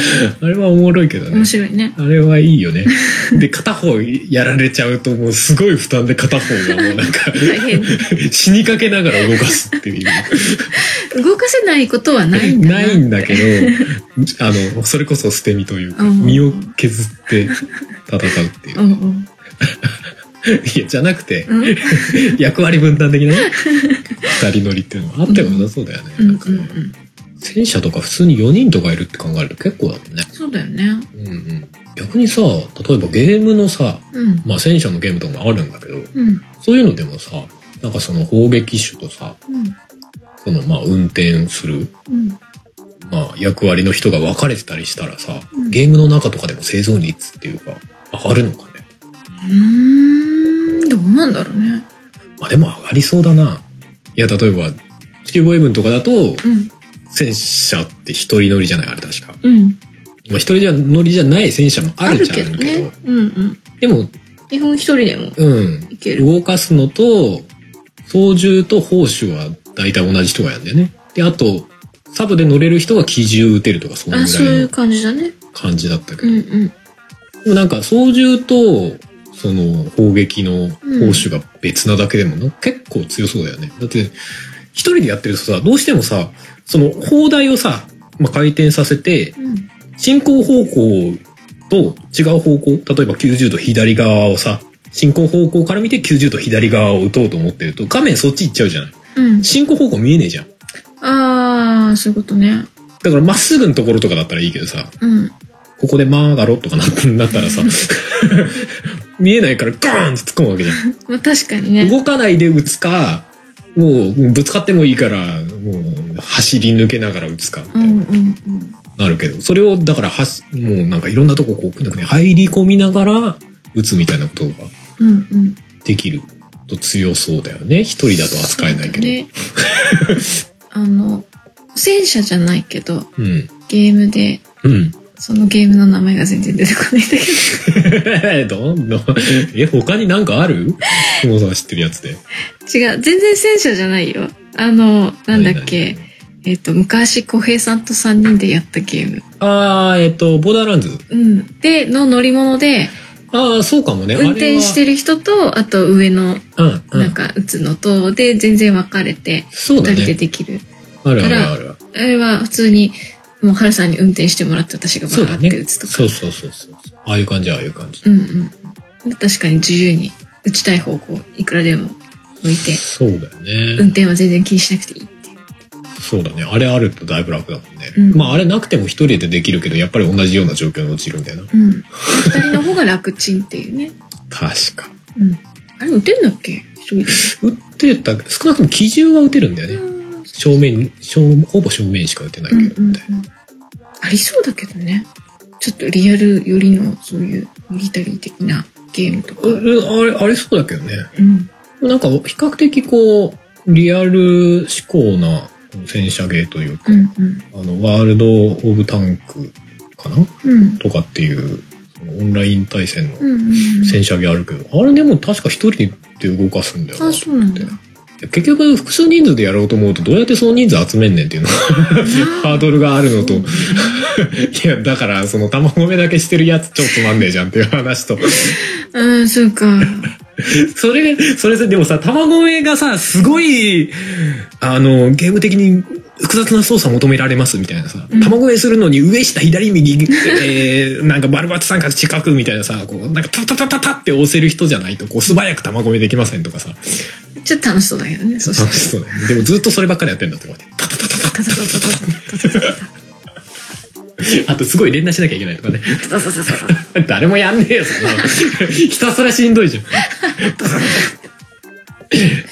Speaker 2: あれはおもろいけど
Speaker 3: な。
Speaker 2: ね
Speaker 3: 面。白いね。
Speaker 2: あれはいいよね。で、片方やられちゃうともうすごい負担で片方がもうなんか、
Speaker 3: 大変。
Speaker 2: 死にかけながら動かすっていう。
Speaker 3: 動かせないことはないんだな。
Speaker 2: ないんだけど、あの、それこそ捨て身というか、
Speaker 3: うん
Speaker 2: 身を削って戦うっていうう。
Speaker 3: んうん。
Speaker 2: いや、じゃなくて、
Speaker 3: うん
Speaker 2: 役割分担的なね、 二人乗りっていうのはあっても良さそうだよね。
Speaker 3: うんう
Speaker 2: なん
Speaker 3: ん
Speaker 2: か
Speaker 3: うん。
Speaker 2: 戦車とか普通に4人とかいるって考えると結構だもんね。
Speaker 3: そうだよね。
Speaker 2: うんうん。逆にさ、例えばゲームのさ、
Speaker 3: うん。
Speaker 2: まあ戦車のゲームとかもあるんだけど、
Speaker 3: うん。
Speaker 2: そういうのでもさ、なんかその砲撃手とさ、
Speaker 3: うん。
Speaker 2: そのまあ運転する
Speaker 3: うん。
Speaker 2: まあ、役割の人が分かれてたりしたらさ、
Speaker 3: うん
Speaker 2: ゲームの中とかでも生存率っていうか、上がるのかね。
Speaker 3: うーん。どうなんだろうね。
Speaker 2: まあでも上がりそうだな。いや、例えば、地球防衛軍とかだと、
Speaker 3: うん。
Speaker 2: 戦車って一人乗りじゃない、あれ確か。
Speaker 3: うん。
Speaker 2: まあ一人じゃ乗りじゃない戦車もあ
Speaker 3: あ
Speaker 2: る
Speaker 3: る
Speaker 2: じゃん
Speaker 3: け
Speaker 2: け
Speaker 3: ど
Speaker 2: ど。
Speaker 3: ね。うんうん。
Speaker 2: でも、
Speaker 3: 基本一人でも
Speaker 2: うん。
Speaker 3: いける。
Speaker 2: 動かすのと、操縦と砲手は大体同じ人がやるんだよね。で、あと、サブで乗れる人は機銃撃てるとか、その
Speaker 3: あ、
Speaker 2: ぐ
Speaker 3: そう
Speaker 2: らい
Speaker 3: いう
Speaker 2: の
Speaker 3: 感じだね。
Speaker 2: 感じだったけど
Speaker 3: うん。うん。
Speaker 2: でもなんか操縦とその砲撃の砲手が別なだけでもな、結構強そうだよね。だって一人でやってるとさどうしてもさその砲台をさ、まあ、回転させて
Speaker 3: うん。
Speaker 2: 進行方向と違う方向例えば90度左側をさ進行方向から見て90度左側を打とうと思ってると画面そっち行っちゃうじゃない
Speaker 3: うん。
Speaker 2: 進行方向見えねえじゃん。
Speaker 3: ああ、そういうことね。
Speaker 2: だからまっすぐのところとかだったらいいけどさ
Speaker 3: うん。
Speaker 2: ここで曲がろとかななったらさ見えないからガーンって突っ込むわけじゃん。
Speaker 3: まあ確かにね。
Speaker 2: 動かないで打つか、もうぶつかってもいいから、もう走り抜けながら打つか、みた
Speaker 3: う
Speaker 2: い
Speaker 3: ん
Speaker 2: な、
Speaker 3: うん
Speaker 2: なるけど、それをだからはし、もうなんかいろんなとここう、なんかね、入り込みながら打つみたいなことが
Speaker 3: うん。うんうん。
Speaker 2: できると強そうだよね。一人だと扱えないけど。う
Speaker 3: ね。あの、戦車じゃないけど、
Speaker 2: ん。
Speaker 3: ゲームで、
Speaker 2: うん。
Speaker 3: そのゲームの名前が全然出てこないんだけ
Speaker 2: ど
Speaker 3: ど。
Speaker 2: んどん。え、他になんかあるもうさん知ってるやつで。
Speaker 3: 違う、全然戦車じゃないよ。あの、なんだっけ。えっ、と、昔、小平さんと3人でやったゲーム。
Speaker 2: あー、えっと、ボーダーランズ。
Speaker 3: うん。で、の乗り物で、
Speaker 2: あー、そうかもね。
Speaker 3: 運転してる人と、あと上の、
Speaker 2: あれは。うん、う
Speaker 3: なん
Speaker 2: ん。
Speaker 3: か、打つのと、で、全然分かれて、
Speaker 2: そうだ
Speaker 3: 二人で
Speaker 2: ね。
Speaker 3: できる。
Speaker 2: あるあるある。
Speaker 3: あれは、普通に、もう、春さんに運転してもらって、私がバ
Speaker 2: そうだ
Speaker 3: ーって
Speaker 2: ね。
Speaker 3: 打つとか。
Speaker 2: そうそうそうそう。ああいう感じ、ああいう感じ。
Speaker 3: うんうん。確かに自由に、打ちたい方向、いくらでも向いて、
Speaker 2: そうだよね、
Speaker 3: 運転は全然気にしなくていいっていう。
Speaker 2: そうだね。あれあるとだいぶ楽だもんね。
Speaker 3: うん
Speaker 2: まああれなくても一人でできるけど、やっぱり同じような状況に陥るんだよな。
Speaker 3: うん。二人の方が楽ちんっていうね。
Speaker 2: 確か。
Speaker 3: うん。あれ打てんだっけ一人で。
Speaker 2: 打ってた、少なくとも機銃は打てるんだよね。
Speaker 3: うん
Speaker 2: 正面、正ほぼ正面しか打てないけど、
Speaker 3: うんうん。ありそうだけどね。ちょっとリアル寄りのそういうミリタリー的なゲームとか。
Speaker 2: ううあれ、あれそうだけどね。
Speaker 3: うん。
Speaker 2: なんか比較的こう、リアル志向な戦車芸というか、
Speaker 3: うんうん。
Speaker 2: あの、ワールド・オブ・タンクかな
Speaker 3: うん。
Speaker 2: とかっていう、そのオンライン対戦の
Speaker 3: うんうん。
Speaker 2: 洗車機あるけど、あれでも確か一人で動かすんだよな
Speaker 3: あ、そうなんだ。
Speaker 2: 結局複数人数でやろうと思うとどうやってその人数集めんねんっていうのハードルがあるのと、 いやだからその卵込めだけしてるやつ超つまんねえじゃんっていう話と
Speaker 3: うん、そうか。
Speaker 2: それそれでもさ卵込めがさすごいあのゲーム的に複雑な操作求められますみたいなさ、卵絵するのに上下左右、えー、なんか丸×三角四角みたいなさ、こう、なんかタタタタタって押せる人じゃないと、こう素早く卵絵できませんとかさ、
Speaker 3: ちょっと楽しそうだけどね。そ
Speaker 2: 楽し
Speaker 3: し
Speaker 2: そ
Speaker 3: て。
Speaker 2: うだね。でもずっとそればっかりやってんだってこうやって、タタタタタ
Speaker 3: タタタタタタタタタ
Speaker 2: あとすごい連打しなきゃいけないとかね。
Speaker 3: タタタタタ
Speaker 2: 誰もやんねえよ、そんなの ひたすらしんどいじゃん。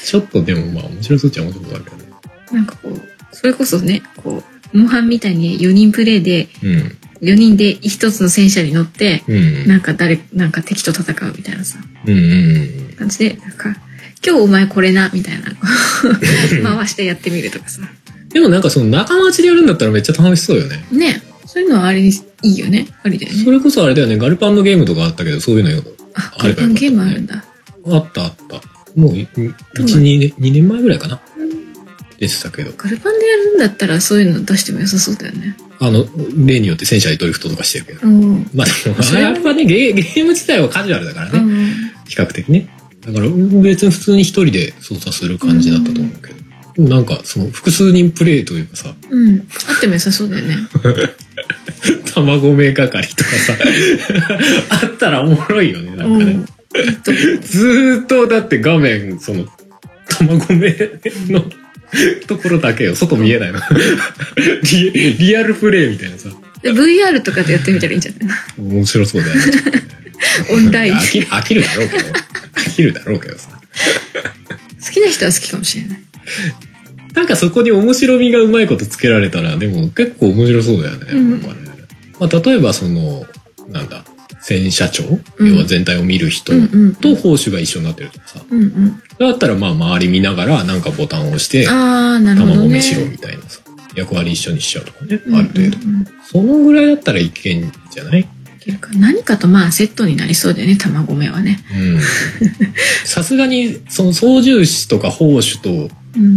Speaker 2: ちょっとでもまあ面白そうっちゃ面白そうだけどね。
Speaker 3: なんかこう、それこそね、こう、モンハンみたいに4人プレイで、
Speaker 2: うん。
Speaker 3: 4人で1つの戦車に乗って、
Speaker 2: うん。
Speaker 3: なんか誰、なんか敵と戦うみたいなさ、
Speaker 2: うんうん
Speaker 3: 感じで、なんか、今日お前これな、みたいな、こ う回してやってみるとかさ。
Speaker 2: うん。でもなんかその仲間内でやるんだったらめっちゃ楽しそうよね。
Speaker 3: ねそういうのはあれにいいよね。ありだよね。
Speaker 2: それこそあれだよね、ガルパンのゲームとかあったけど、そういうのよ
Speaker 3: あ、
Speaker 2: あ
Speaker 3: ガ
Speaker 2: れ
Speaker 3: ル
Speaker 2: ば
Speaker 3: パ
Speaker 2: よかったね
Speaker 3: ンゲームあるんだ。
Speaker 2: あったあった。もう1、2年、二年前ぐらいかな。でしたけど。
Speaker 3: ガルパンでやるんだったらそういうの出しても良さそうだよね。
Speaker 2: あの、例によって戦車でドリフトとかしてるけど。
Speaker 3: うん。
Speaker 2: まあでも、 あれはねゲー、ゲーム自体はカジュアルだからね。比較的ね。だから別に普通に一人で操作する感じだったと思うけど。でもなんかその複数人プレイというかさ、
Speaker 3: うん。あっても良さそうだよね。
Speaker 2: 卵メーカー狩りとかさ、 あったらおもろいよね、な
Speaker 3: うん
Speaker 2: か
Speaker 3: ん
Speaker 2: ね。。
Speaker 3: えっと、
Speaker 2: ずーっとだって画面、その、卵メのところだけよ。外見えないの。 リリアルプレイみたいなさ。
Speaker 3: で VR とかでやってみたらいいんじゃない
Speaker 2: 面白そうだよね。
Speaker 3: オンライン。好
Speaker 2: 飽き飽きるだろうけど。飽きるだろうけどさ。
Speaker 3: きな人は好きかもしれない。
Speaker 2: なんかそこに面白みがうまいことつけられたら、でも結構面白そうだよね。
Speaker 3: うん
Speaker 2: なんかねまあ、例えばその、なんだ、戦車長、
Speaker 3: うん
Speaker 2: 要は全体を見る人
Speaker 3: うんうん。
Speaker 2: と報酬が一緒になってるとかさ。
Speaker 3: うんうん。
Speaker 2: だったらまあ周り見ながらなんかボタンを押して、
Speaker 3: ああ、なるほど
Speaker 2: 卵
Speaker 3: ね。
Speaker 2: 飯ろみたいなさ。役割一緒にしちゃうとかね、
Speaker 3: うん
Speaker 2: ある程度。
Speaker 3: うんうん
Speaker 2: そのぐらいだったらいけんじゃない
Speaker 3: いけるか何かとまあセットになりそうだよね、卵目はね。
Speaker 2: うん。さすがに、その操縦士とか砲手と
Speaker 3: うん。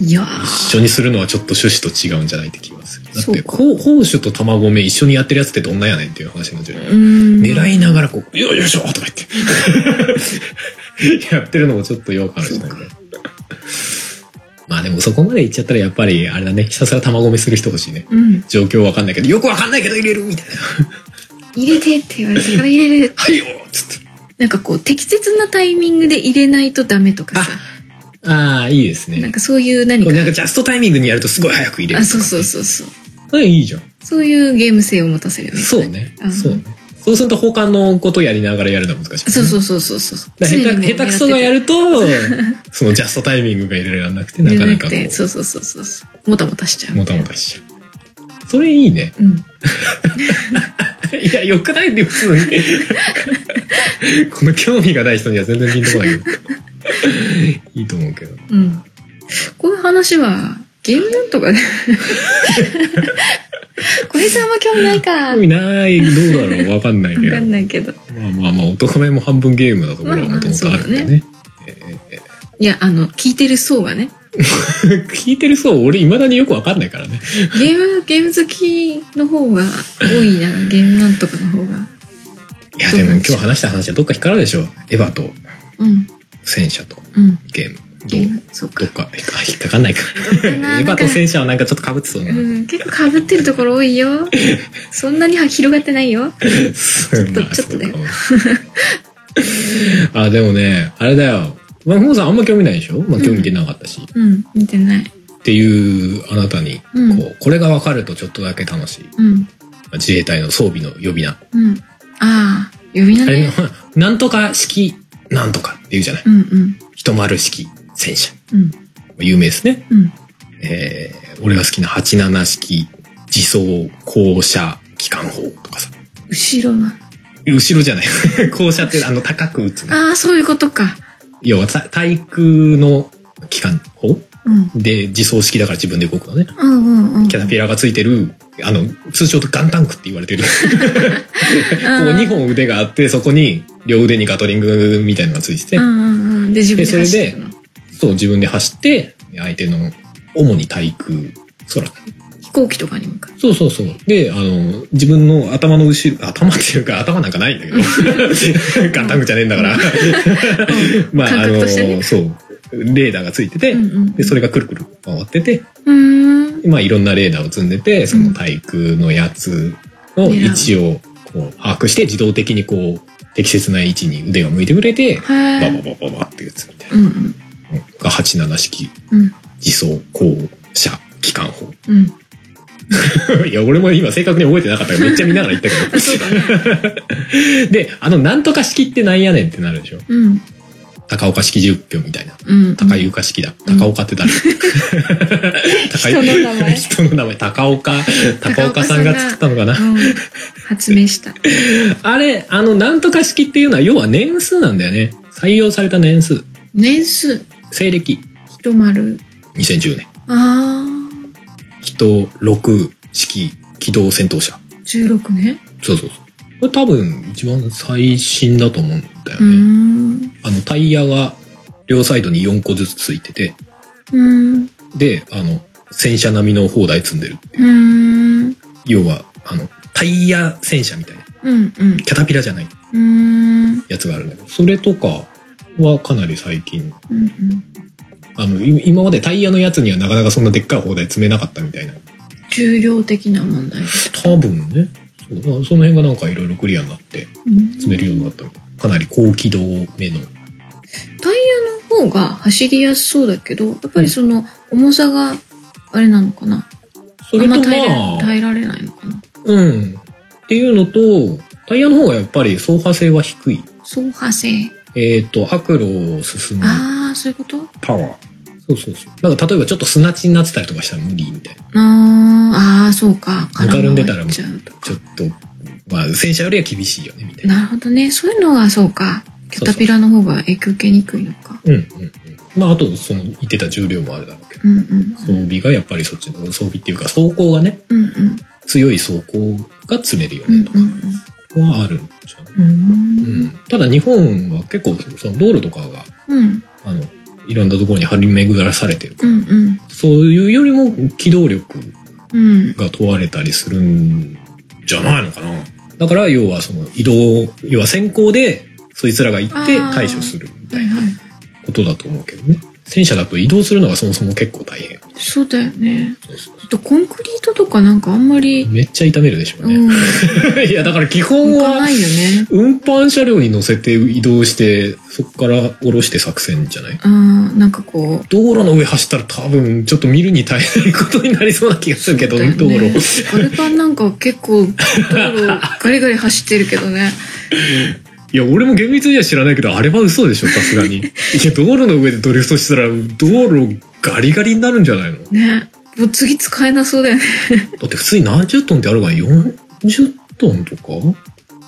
Speaker 3: いや
Speaker 2: 一緒にするのはちょっと趣旨と違うんじゃないって気がする。だっ
Speaker 3: そう
Speaker 2: て、
Speaker 3: か
Speaker 2: こう砲手と卵目一緒にやってるやつってどんなやねんっていう話になっちゃう
Speaker 3: ー。うん。
Speaker 2: 狙いながらこう、よいしょとか 言って、やってるのもちょっとよくあるじゃないか。まあでもそこまで行っちゃったらやっぱり、あれだね、ひたすら卵目する人欲しいね。
Speaker 3: うん。
Speaker 2: 状況わかんないけど、よくわかんないけど入れるみたいな。
Speaker 3: 入れてって言われたから入れる。
Speaker 2: はいよつって。
Speaker 3: なんかこう、適切なタイミングで入れないとダメとかさ。
Speaker 2: ああ、いいです
Speaker 3: なん
Speaker 2: ね。
Speaker 3: かそういう何
Speaker 2: これ。
Speaker 3: か
Speaker 2: なんかジャストタイミングにやるとすごい早く入れる。
Speaker 3: あ、そうそうそうそう。
Speaker 2: それいいじゃん。
Speaker 3: そういうゲーム性を持たせるよね。
Speaker 2: そうね
Speaker 3: う。ん
Speaker 2: そうね。そうすると他のことやりながらやるのは難しい、
Speaker 3: そうそうそうそうそう。
Speaker 2: だから下
Speaker 3: 常
Speaker 2: 手
Speaker 3: に
Speaker 2: 下手くそがやると、そのジャストタイミングが入れられなくて、なかなか
Speaker 3: じゃくて
Speaker 2: こ
Speaker 3: そうそうそうそうそう。もたもたしちゃ
Speaker 2: う、
Speaker 3: う。
Speaker 2: もたもたしちゃう。それいいね。
Speaker 3: うん。
Speaker 2: いや、よくないで、普通に。 この興味がない人には全然ピンとこないけど。いいと思うけど。
Speaker 3: うん。こういう話は、ゲームなんと かね。小平さんは興味ないか。
Speaker 2: 興味ない、どうだろう、わかんないけ
Speaker 3: わ
Speaker 2: ど
Speaker 3: か。んないけど。
Speaker 2: まあまあまあ、男目も半分ゲームなところはもともとあるんでね。え
Speaker 3: いや、あの、聞いてる層がね。
Speaker 2: ー聞いてる層、俺未だによくわかんないからね。
Speaker 3: ゲーム、ゲーム好きの方が多いな、ゲームなんとかの方が。
Speaker 2: いや、でも今日話した話はどっか引っかかるでしょ。エヴァと
Speaker 3: うん、
Speaker 2: 戦車と
Speaker 3: うん。
Speaker 2: ゲーム。
Speaker 3: ゲ
Speaker 2: ど
Speaker 3: ー
Speaker 2: う
Speaker 3: ム、そう
Speaker 2: ど
Speaker 3: か
Speaker 2: っ。か引っか引っかかんないか。エ
Speaker 3: な
Speaker 2: ヴァと戦車はなんかちょっと被ってそう
Speaker 3: う
Speaker 2: な。
Speaker 3: ん、結構被ってるところ多いよ。そんなには広がってないよ。
Speaker 2: ち
Speaker 3: とちょっとだよ。
Speaker 2: あ、でもね、あれだよ。まあ、ふもさんあんま興味ないでしょまあ、興味出なかったし。
Speaker 3: うん、見てない。
Speaker 2: っていうあなたに、こ
Speaker 3: うん
Speaker 2: う、これが分かるとちょっとだけ楽しい。
Speaker 3: うん、
Speaker 2: 自衛隊の装備の呼び名。
Speaker 3: うん。ああ、呼び名
Speaker 2: あれの
Speaker 3: ね。、
Speaker 2: なんとか式、なんとかって言うじゃない。
Speaker 3: うん、うん、
Speaker 2: 一丸式、戦車。
Speaker 3: うん、
Speaker 2: 有名ですね。
Speaker 3: うん。
Speaker 2: えー、俺が好きな87式、自走、校舎、機関砲とかさ。
Speaker 3: 後ろの。
Speaker 2: 後ろじゃない。 校舎ってあの高く撃つの。
Speaker 3: ああ、そういうことか。
Speaker 2: 要はた対空の機関砲
Speaker 3: うん、
Speaker 2: で自走式だから自分で動くのね。
Speaker 3: うん、うん、うん。
Speaker 2: キャタピラーがついてる、あの、通称とガンタンクって言われてる。こう2本腕があって、そこに両腕にガトリングみたいなのがついてて
Speaker 3: う、ん、うん、うん。で、自分で走ってくの。
Speaker 2: そう自分で走って、相手の主に対空、空。
Speaker 3: 飛行機とかに向かう。
Speaker 2: そうそうそう。で、あの、自分の頭の後ろ、頭っていうか頭なんかないんだけど、ガンタンクじゃねえんだから、まあ、あ
Speaker 3: 感覚としてね
Speaker 2: の、そう、レーダーがついてて、
Speaker 3: うん、うん。
Speaker 2: で、それがくるくる回ってて、
Speaker 3: うーん。
Speaker 2: まあ、いろんなレーダーを積んでて、その対空のやつの位置をこう把握して、自動的にこう、適切な位置に腕が向いてくれて、バ
Speaker 3: は
Speaker 2: バ
Speaker 3: い。
Speaker 2: バババっていうやつみたいな。
Speaker 3: うんうん
Speaker 2: が87式、
Speaker 3: うん
Speaker 2: 自走、降車、機関砲。
Speaker 3: うん。
Speaker 2: いや、俺も今正確に覚えてなかったから、めっちゃ見ながら言った
Speaker 3: あ、そうだね。
Speaker 2: けど。で、あの、なんとか式ってなんやねんってなるでしょ
Speaker 3: うん。
Speaker 2: 高岡式10票みたいな。
Speaker 3: うん。
Speaker 2: 高床式だ。
Speaker 3: うん
Speaker 2: 高岡って 誰高い
Speaker 3: 人の名 前
Speaker 2: 人の名前、高岡。高岡さんが作ったのかな。
Speaker 3: うん。発明した。
Speaker 2: あれ、あの、なんとか式っていうのは、要は年数なんだよね。採用された年数。
Speaker 3: 年数、
Speaker 2: 西暦
Speaker 3: 一丸。
Speaker 2: 2010年。
Speaker 3: あ
Speaker 2: 人6式機動戦闘車。
Speaker 3: あ、16年
Speaker 2: そうそうそう。これ多分一番最新だと思うんだよ
Speaker 3: うー
Speaker 2: ね。
Speaker 3: ん。
Speaker 2: あの、タイヤが両サイドに4個ずつついてて、
Speaker 3: うーん。
Speaker 2: で、あの、戦車並みの砲台積んでる。
Speaker 3: うーん。
Speaker 2: 要は、あの、タイヤ戦車みたいな。
Speaker 3: うん。うん。
Speaker 2: キャタピラじゃないう
Speaker 3: ーん。
Speaker 2: やつがあるんだけど、それとかはかなり最近。
Speaker 3: うん。
Speaker 2: あの、い今までタイヤのやつにはなかなかそんなでっかい砲台積めなかったみたいな。
Speaker 3: 重量的な問題。
Speaker 2: 多分ね。そうまあその辺がなんかいろいろクリアになって
Speaker 3: うん
Speaker 2: 積めるようになったみたいな。かなり高機動目の。
Speaker 3: タイヤの方が走りやすそうだけど、やっぱりその重さがあれなのかな。
Speaker 2: そ
Speaker 3: あ
Speaker 2: れ
Speaker 3: んま
Speaker 2: と
Speaker 3: 耐え
Speaker 2: ま
Speaker 3: ら
Speaker 2: あ、
Speaker 3: 耐えられないのかな。
Speaker 2: うん。っていうのと、タイヤの方がやっぱり走破性は低い。
Speaker 3: 走破性。
Speaker 2: えっ、と、悪路を進む
Speaker 3: ああ、そういうこと
Speaker 2: パワー。そうそうそう。なんか例えばちょっと砂地になってたりとかしたら無理みたいな。
Speaker 3: あーあー、そうか。
Speaker 2: ぬかるんでたら
Speaker 3: 絡まっちゃうと
Speaker 2: ちょっと、まあ、戦車よりは厳しいよね、みたいな。
Speaker 3: なるほどね。そういうのはそうか。キャタピラの方が影響受けにくいのか。
Speaker 2: うんうんうん。まあ、あと、その、言ってた重量もあるだろうけど。
Speaker 3: うんうん。
Speaker 2: 装備がやっぱりそっちの装備っていうか、走行がね、
Speaker 3: うんうん。
Speaker 2: 強い走行が積めるよ
Speaker 3: うん
Speaker 2: ね、とかはあるんじゃない、
Speaker 3: うんうん。
Speaker 2: う、
Speaker 3: うんん。
Speaker 2: ただ日本は結構、その道路とかが、
Speaker 3: うん
Speaker 2: あの、いろんなところに張り巡らされてる
Speaker 3: うんうん。
Speaker 2: そういうよりも機動力
Speaker 3: うん。
Speaker 2: が問われたりするんじゃないのかな。だから要はその移動、要は先行でそいつらが行って
Speaker 3: あー
Speaker 2: 対処するみた
Speaker 3: はい
Speaker 2: いな
Speaker 3: はい。
Speaker 2: ことだと思うけどね。戦車だと移動するのがそもそも結構大変。
Speaker 3: そうだよね。 あとコンクリートとかなんかあんまり、
Speaker 2: めっちゃ痛めるでしょう
Speaker 3: うん
Speaker 2: ね。。いやだから基本
Speaker 3: 向か
Speaker 2: は
Speaker 3: ないよね。
Speaker 2: 運搬車両に乗せて移動して、そこから降ろして作戦じゃない
Speaker 3: あーなんかこう、
Speaker 2: 道路の上走ったら多分ちょっと見るに耐えないことになりそうな気がするけど、
Speaker 3: そうだ
Speaker 2: 道
Speaker 3: よね
Speaker 2: 路。
Speaker 3: ガルパンなんか結構道路 ガリガリ走ってるけどね。
Speaker 2: いや、俺も厳密には知らないけど、あれは嘘でしょ、さすが に。いや、道路の上でドリフトしたら、道路ガリガリになるんじゃないのだ
Speaker 3: ね。もう次使えなそうだよね。
Speaker 2: って普通に何十トンってあるから、40トンとか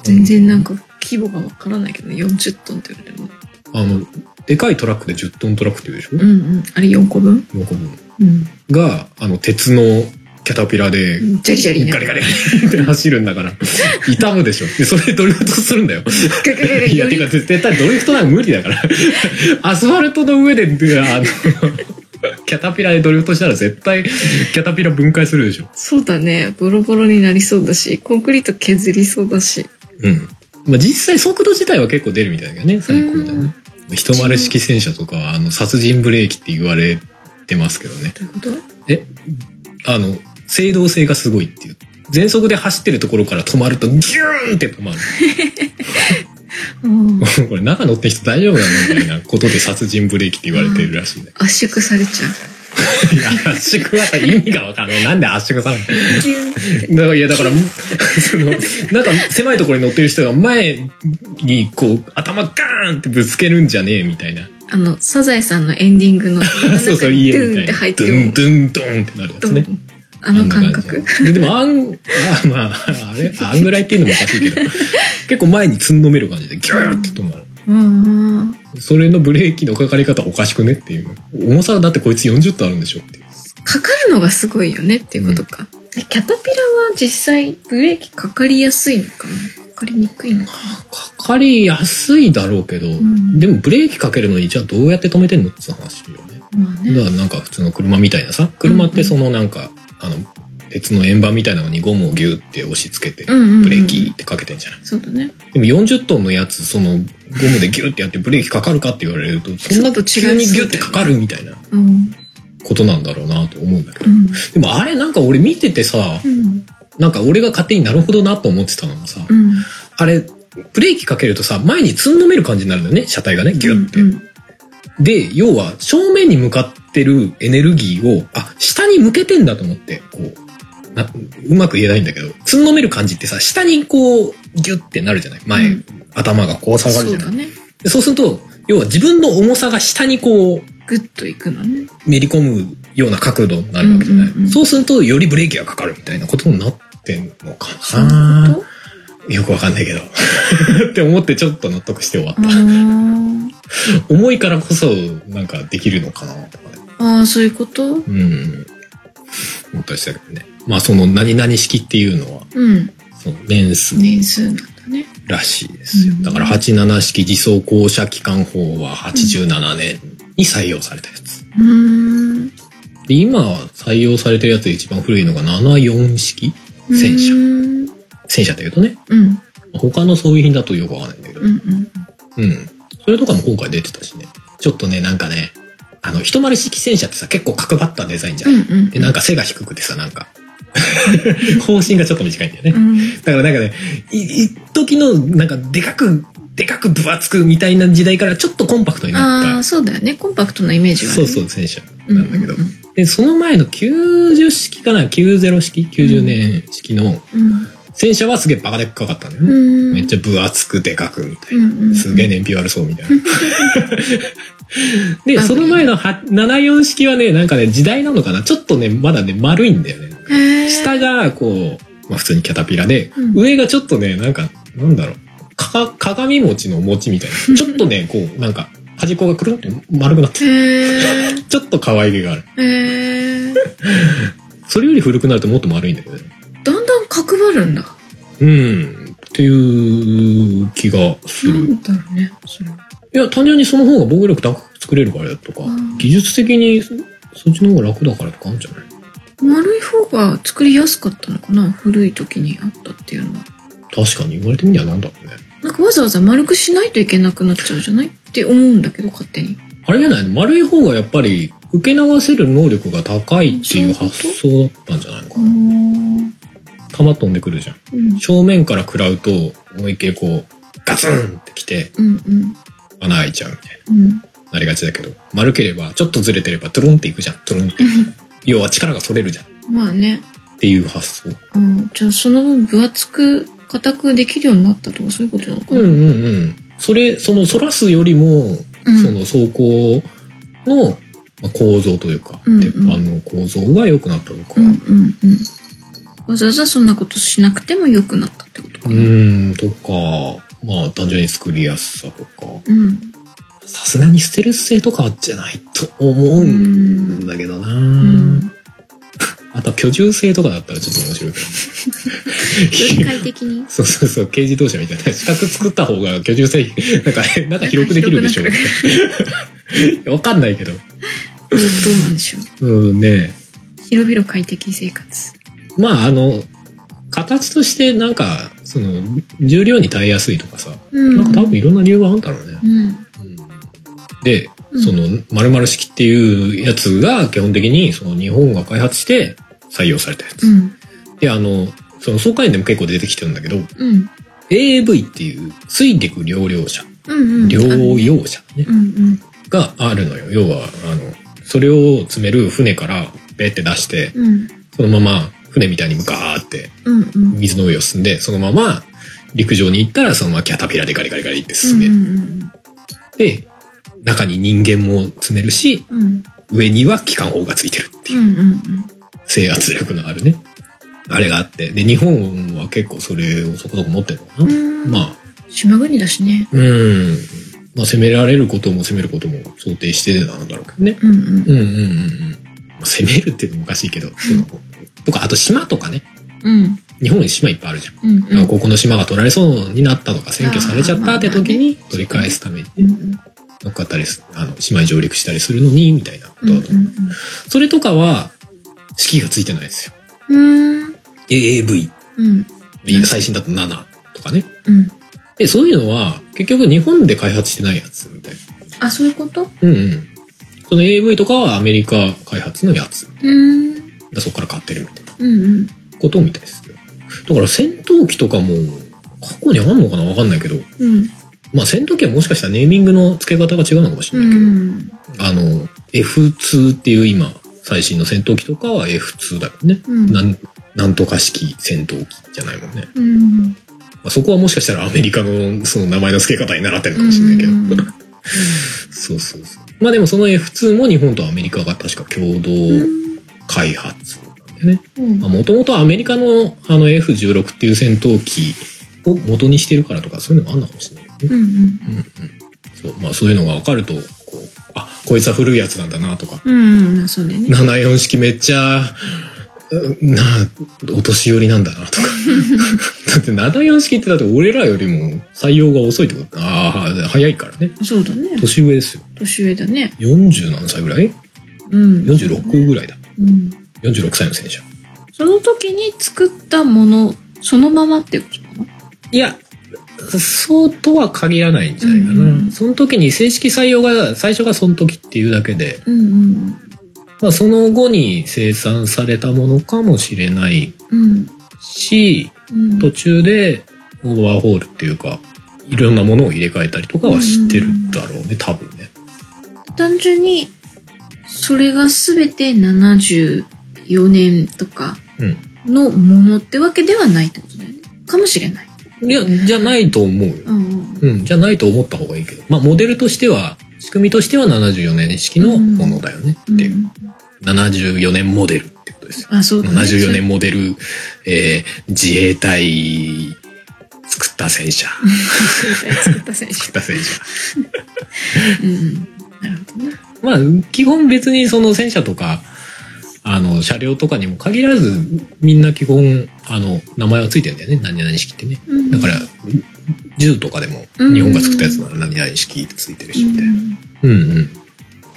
Speaker 3: 全然なんか規模がわからないけど、40トンって言われても。
Speaker 2: あの、でかいトラックで10トントラックって言うでしょ、
Speaker 3: うんうん。あれ4個分
Speaker 2: 4個分
Speaker 3: うん。
Speaker 2: が、あの、鉄のキャタピラで、
Speaker 3: ジャリジャリね。
Speaker 2: ガリガリガリって走るんだ から、痛むでしょ。で、それでドリフトするんだよ。
Speaker 3: ガリガリガリ
Speaker 2: いや、てか、絶対ドリフトなんか無理だ から。アスファルトの上で、であの、キャタピラでドリフトしたら絶対、キャタピラ分解するでしょ。
Speaker 3: そうだね。ボロボロになりそうだし、コンクリート削りそうだし。
Speaker 2: うん。まあ、実際速度自体は結構出るみたいだけどね、最高だね。一丸式戦車とかは、あの、殺人ブレーキって言われてますけどね。
Speaker 3: どういうこと
Speaker 2: あの、制動性がすごいっていう。全速で走ってるところから止まると、ギューンって止まる。
Speaker 3: うん。
Speaker 2: これ中乗ってる人大丈夫なのみたいなことで殺人ブレーキって言われてるらしいね。
Speaker 3: 圧縮されちゃ う。
Speaker 2: いや、圧縮はさ意味がわかんない。なんで圧縮されるの
Speaker 3: ギュンって。
Speaker 2: だから、いや、だから、 その、なんか狭いところに乗ってる人が前にこう、頭ガーンってぶつけるんじゃねえみたいな。
Speaker 3: あの、サザエさんのエンディングの、
Speaker 2: そうそう、
Speaker 3: ギ
Speaker 2: 家
Speaker 3: ュ
Speaker 2: み
Speaker 3: ン
Speaker 2: たい
Speaker 3: って
Speaker 2: な。
Speaker 3: 入って
Speaker 2: ドゥン、
Speaker 3: る。
Speaker 2: ドゥン、ドーンってなるやつね。
Speaker 3: あの感覚。
Speaker 2: ででも、あん、あまあ、あ れ、あんぐらいっていうのもおかしいけど、結構前につんのめる感じでギューンって止まる。
Speaker 3: うんうん。
Speaker 2: それのブレーキのかかり方おかしくねっていう。重さだってこいつ40トンあるんでしょっていう。
Speaker 3: かかるのがすごいよねっていうことか。キャタピラは実際ブレーキかかりやすいのかなかかりにくいのか
Speaker 2: かかりやすいだろうけど、
Speaker 3: ん
Speaker 2: でもブレーキかけるのにじゃあどうやって止めてんのって話よね。
Speaker 3: なま
Speaker 2: だか
Speaker 3: あね。
Speaker 2: らなんか普通の車みたいなさ、車ってそのなんか、あの、鉄の円盤みたいなのにゴムをギューって押し付けて、
Speaker 3: うんうんうん
Speaker 2: ブレーキってかけてんじゃない、
Speaker 3: そうだね。
Speaker 2: でも40トンのやつ、そのゴムでギューってやってブレーキかかるかって言われると、そんな
Speaker 3: ちょっと違い
Speaker 2: 急にギューってかかるみたいな。
Speaker 3: うん。
Speaker 2: ことなんだろうなと思うんだけど
Speaker 3: うん
Speaker 2: でもあれなんか俺見ててさ
Speaker 3: うん
Speaker 2: なんか俺が勝手になるほどなと思ってたのがさ
Speaker 3: うん
Speaker 2: あれブレーキかけるとさ前につんのめる感じになるんだよね車体がねギュッて。
Speaker 3: うん
Speaker 2: で要は正面に向かってるエネルギーをあ下に向けてんだと思ってこうなうまく言えないんだけどつんのめる感じってさ下にこうギュッてなるじゃない前、
Speaker 3: うん
Speaker 2: 頭がこう下がる
Speaker 3: そ
Speaker 2: じ
Speaker 3: う
Speaker 2: ゃない
Speaker 3: だね
Speaker 2: でそうすると、要は自分の重さが下にこう、
Speaker 3: グッといくのね
Speaker 2: めり込むような角度になるわけじゃない。
Speaker 3: うんうんうん
Speaker 2: そうすると、よりブレーキがかかるみたいなことになってんのか
Speaker 3: そういう
Speaker 2: な
Speaker 3: こと
Speaker 2: よくわかんないけど。 って思ってちょっと納得して終わっ
Speaker 3: あー
Speaker 2: た。重いからこそ、なんかできるのかなとかね。
Speaker 3: あーそういうこと
Speaker 2: うん。思ったりしたけどね。まあ、その何々式っていうのは、
Speaker 3: うん
Speaker 2: その年数
Speaker 3: 年数なんだね
Speaker 2: らしいですよ。
Speaker 3: うん
Speaker 2: だから87式自走降車機関法は87年に採用されたやつ。
Speaker 3: うーん
Speaker 2: で今採用されてるやつで一番古いのが74式戦車
Speaker 3: う。ーん
Speaker 2: 戦車だけどね。
Speaker 3: うん
Speaker 2: 他の装備品だとよくわかんないんだけど。
Speaker 3: うんうん
Speaker 2: うん。それとかも今回出てたしね。ちょっとね、なんかね、あの、一丸式戦車ってさ、結構角張ったデザインじゃ。
Speaker 3: うんんうん
Speaker 2: で、なんか背が低くてさ、なんか、 方針がちょっと短いんだよね
Speaker 3: う。ん
Speaker 2: だからなんかね、い一時の、なんか、でかく、でかく分厚くみたいな時代からちょっとコンパクトに
Speaker 3: あ
Speaker 2: な
Speaker 3: あ
Speaker 2: っ
Speaker 3: そうだよねコンパクトなイメー
Speaker 2: た。
Speaker 3: ジはあ
Speaker 2: そう
Speaker 3: るね
Speaker 2: そう、戦車なんだけど。
Speaker 3: うんうん
Speaker 2: で、その前の90式かな ?90 式 ?90 年式の
Speaker 3: うん
Speaker 2: 戦車はすげえバカでっかかったんだよ
Speaker 3: う
Speaker 2: ね。
Speaker 3: ん
Speaker 2: めっちゃ分厚くでかくみたい
Speaker 3: うんうんうん
Speaker 2: な。すげえ燃費悪そうみたいな。 で、その前のは74式はね、なんかね、時代なのかなちょっとね、まだね、丸いんだよね。
Speaker 3: へー
Speaker 2: 下がこう、まあ普通にキャタピラで、
Speaker 3: うん
Speaker 2: 上がちょっとね、なんか、なんだろう。か、鏡餅の餅みたい な。ちょっとね、こう、なんか、端っこがくるんって丸くなってる、
Speaker 3: へー
Speaker 2: ちょっと可愛げがある。
Speaker 3: へー
Speaker 2: それより古くなるともっと丸いんだけどね。
Speaker 3: だんだん角張るんだ
Speaker 2: うん。っていう気がす
Speaker 3: な
Speaker 2: る。い
Speaker 3: んだろうねそれ
Speaker 2: や、単純にその方が防御力高く作れるからだとか
Speaker 3: うん、
Speaker 2: 技術的にそそっちの方が楽だからとかあるんじゃない
Speaker 3: 丸い方が作りやすかったのかな古い時にあったっていうのは
Speaker 2: 確かに言われてみりゃなんだろうね。
Speaker 3: なんかわざわざ丸くしないといけなくなっちゃうじゃないって思うんだけど勝手に
Speaker 2: あれじゃないの丸い方がやっぱり受け流せる能力が高いっていう
Speaker 3: そういうこと
Speaker 2: 発想だったんじゃないのか
Speaker 3: う
Speaker 2: な。
Speaker 3: ん
Speaker 2: 弾飛んでくるじゃん。
Speaker 3: うん
Speaker 2: 正面から食らうと、思いっきりこう、ガツンってきて、
Speaker 3: うん
Speaker 2: 穴開いちゃうみたいな。
Speaker 3: うん
Speaker 2: なりがちだけど、丸ければ、ちょっとずれてれば、トゥルンっていくじゃん。トゥルンって。要は力がそれるじゃん。っ
Speaker 3: まあね
Speaker 2: ていう発想。
Speaker 3: うんじゃあその分分厚く硬くできるようになったとかそういうことなのか
Speaker 2: うん
Speaker 3: な
Speaker 2: うんうん。それ、その、反らすよりも、
Speaker 3: うん
Speaker 2: その走行のまあ構造というか、
Speaker 3: うんうん
Speaker 2: 鉄板の構造が良くなったのか、
Speaker 3: う
Speaker 2: うん
Speaker 3: うんうんわざわざそんなことしなくても良くなったってことかな
Speaker 2: ーん、とか、まあ、単純に作りやすさとか、
Speaker 3: うん
Speaker 2: さすがにステルス性とかじゃないと思う
Speaker 3: うんん
Speaker 2: だけどな、
Speaker 3: うん
Speaker 2: あとは居住性とかだったらちょっと面白いけ
Speaker 3: 機
Speaker 2: どね。
Speaker 3: 械的 に
Speaker 2: そうそうそう、軽自動車みたいな。資格作った方が居住性、 なんか、なんか広くできるでしょ
Speaker 3: 広く。
Speaker 2: わかんないけど。
Speaker 3: どうなんでしょう
Speaker 2: うんね。
Speaker 3: 広々快適生活
Speaker 2: まあ、あの、形としてなんか、その、重量に耐えやすいとかさ、
Speaker 3: うん
Speaker 2: なんか多分いろんな理由があるんだろうね
Speaker 3: う。ん
Speaker 2: うんで、
Speaker 3: うん
Speaker 2: その、〇〇式っていうやつが基本的に、その日本が開発して採用されたやつ。
Speaker 3: うん
Speaker 2: で、あの、その、総会員でも結構出てきてるんだけど、
Speaker 3: うん。
Speaker 2: AAV っていう、水陸両用車、
Speaker 3: うんうん。
Speaker 2: 両用車ね
Speaker 3: う、んうん。
Speaker 2: があるのよ。要は、あの、それを詰める船から、ベって出して、
Speaker 3: うん
Speaker 2: そのまま、船みたいにガーって
Speaker 3: うんうん。
Speaker 2: 水の上を進んで、そのまま陸上に行ったら、そのままキャタピラでガリガリガリって進んで、
Speaker 3: うん
Speaker 2: で、中に人間も詰めるし、
Speaker 3: うんうん。
Speaker 2: 上には機関砲がついてるって
Speaker 3: う
Speaker 2: いう、
Speaker 3: んうん
Speaker 2: 制圧力のあるね、あれがあって、で、日本は結構それをそこそこ持ってるのか
Speaker 3: う
Speaker 2: な。
Speaker 3: ん。うん。
Speaker 2: ま
Speaker 3: あ。
Speaker 2: あ、
Speaker 3: 島国だしね。
Speaker 2: うん。まあ、攻められることも攻めることも想定してなんだろうけどね。
Speaker 3: うんう
Speaker 2: う
Speaker 3: ん
Speaker 2: んうんうんうん。まあ攻めるっていうのもおかしいけど、そのとか、あと島とかね。
Speaker 3: うん
Speaker 2: 日本に島いっぱいあるじゃん。
Speaker 3: うんうん。
Speaker 2: ここの島が取られそうになったとか占拠されちゃったって時に取り返すために
Speaker 3: うんうん
Speaker 2: 乗っかったりすあの島に上陸したりするのにみたいなこと
Speaker 3: うん
Speaker 2: だと、それとかは式がついてないですよ
Speaker 3: うん。うん
Speaker 2: AAV
Speaker 3: うん
Speaker 2: 最新だと7とかね
Speaker 3: うん。
Speaker 2: でそういうのは結局日本で開発してないやつみたいな
Speaker 3: あ、そういうこと
Speaker 2: うんうんその AV とかはアメリカ開発のやつ。
Speaker 3: うん。
Speaker 2: そこから買ってるみたいな
Speaker 3: うんうん。
Speaker 2: ことみたいですね。だから戦闘機とかも、過去にあんのかなわかんないけど。
Speaker 3: うん。
Speaker 2: まあ戦闘機はもしかしたらネーミングの付け方が違うのかもしれ
Speaker 3: う
Speaker 2: ないけど。
Speaker 3: ん。
Speaker 2: あの、F2 っていう今、最新の戦闘機とかは F2 だよね。
Speaker 3: うん
Speaker 2: なん、なんとか式戦闘機じゃないもんね。
Speaker 3: うん。
Speaker 2: まあ、そこはもしかしたらアメリカのその名前の付け方に習ってるのかもしれないけど。 そうそうそう。まあでもその F2 も日本とアメリカが確か共同開発なんだよね。
Speaker 3: うん
Speaker 2: もともとアメリカのあの F16 っていう戦闘機を元にしてるからとかそういうのもあんのかもしれないよね。
Speaker 3: うん。
Speaker 2: そうまあ、そういうのが分かるとこうあこいつは古いやつなんだなとか
Speaker 3: うん。そうだよね。
Speaker 2: 74式めっちゃうんなあお年寄りなんだな とかだって74式ってだって俺らよりも採用が遅いってことああ早いからね
Speaker 3: そうだね。
Speaker 2: 年上ですよ
Speaker 3: 年上だね。
Speaker 2: 40何歳ぐらい
Speaker 3: うん。
Speaker 2: 46ぐらいだ
Speaker 3: うん。
Speaker 2: 46歳の戦車
Speaker 3: その時に作ったもの、そのままっていうことかない
Speaker 2: やそうとは限らないんじゃないかな、
Speaker 3: うん
Speaker 2: その時に正式採用が最初がその時っていうだけで
Speaker 3: うん
Speaker 2: まあ、その後に生産されたものかもしれない
Speaker 3: うん。
Speaker 2: し、
Speaker 3: うん。
Speaker 2: 途中でオーバーホールっていうか、いろんなものを入れ替えたりとかはしてるだろうね、多分ね。
Speaker 3: 単純に、それが全て74年とかのものってわけではないってことだよね。かもしれない。
Speaker 2: うん。いや、じゃないと思うよ。
Speaker 3: うん。
Speaker 2: うん、じゃないと思った方がいいけど。まあ、モデルとしては、仕組みとしては74年式のものだよねっていう。74年モデルってことですよ。
Speaker 3: あ、そうだね。
Speaker 2: 74年モデル、えー自衛隊作った戦 車。
Speaker 3: 作った選
Speaker 2: 作った戦車。
Speaker 3: 手。うん。なるほどね。
Speaker 2: まあ、基本別にその戦車とか、あの、車両とかにも限らず、みんな基本、あの、名前はついてんだよね。何々式ってね。
Speaker 3: うん
Speaker 2: だから、銃とかでも、
Speaker 3: うん
Speaker 2: 日本が作ったやつなら何々式ってついてるし、みたいな。
Speaker 3: う
Speaker 2: うんうん。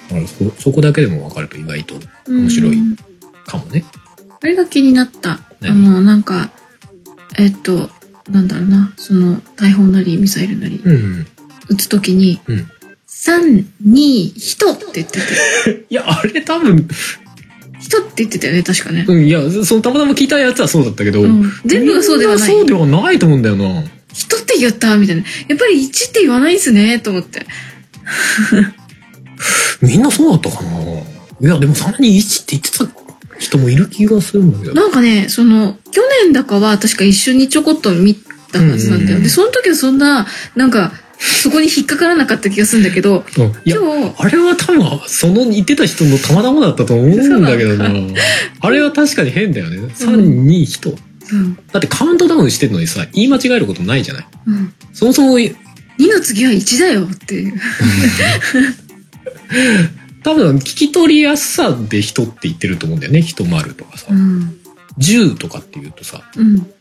Speaker 2: だからそ、そこだけでも分かると意外と
Speaker 3: ん
Speaker 2: 面白いかもね。
Speaker 3: あれが気になった。あ
Speaker 2: 何
Speaker 3: の、なんか、えっと、なんだろうな、その、大砲なり、ミサイルなり、
Speaker 2: うんうん。
Speaker 3: 撃つときに、
Speaker 2: うん
Speaker 3: 3、2、1って言ってて、
Speaker 2: いや、あれ多分、
Speaker 3: 1って言ってたよね、確かね。
Speaker 2: うん、いや、そのたまたま聞いたやつはそうだったけど、
Speaker 3: うん全部がそうではない。
Speaker 2: みんそうで
Speaker 3: 1
Speaker 2: はないと思うんだよな。
Speaker 3: って言ったみたいな。やっぱり1って言わないんすね、と思って。
Speaker 2: みんなそうだったかないや、でもさらに1って言ってた人もいる気がするんだけど。
Speaker 3: なんかね、その、去年だかは確か一緒にちょこっと見たはずな
Speaker 2: うんう
Speaker 3: んだ
Speaker 2: んう
Speaker 3: よ。
Speaker 2: ん
Speaker 3: で、その時はそんな、なんか、そこに引っかからなかった気がするんだけど、
Speaker 2: うんいや
Speaker 3: 今、日、
Speaker 2: あれは多分、その言ってた人のたまたまだったと思うんだけどな。 あれは確かに変だよね。3、2、1。
Speaker 3: うん、
Speaker 2: だってカウントダウンしてるのにさ、言い間違えることないじゃない
Speaker 3: うん。
Speaker 2: そもそ も、
Speaker 3: 2の次は1だよっていう。
Speaker 2: 多分、聞き取りやすさで人って言ってると思うんだよね。人丸とかさ
Speaker 3: う。ん。
Speaker 2: 10とかって言うとさ、
Speaker 3: うん。
Speaker 2: 例え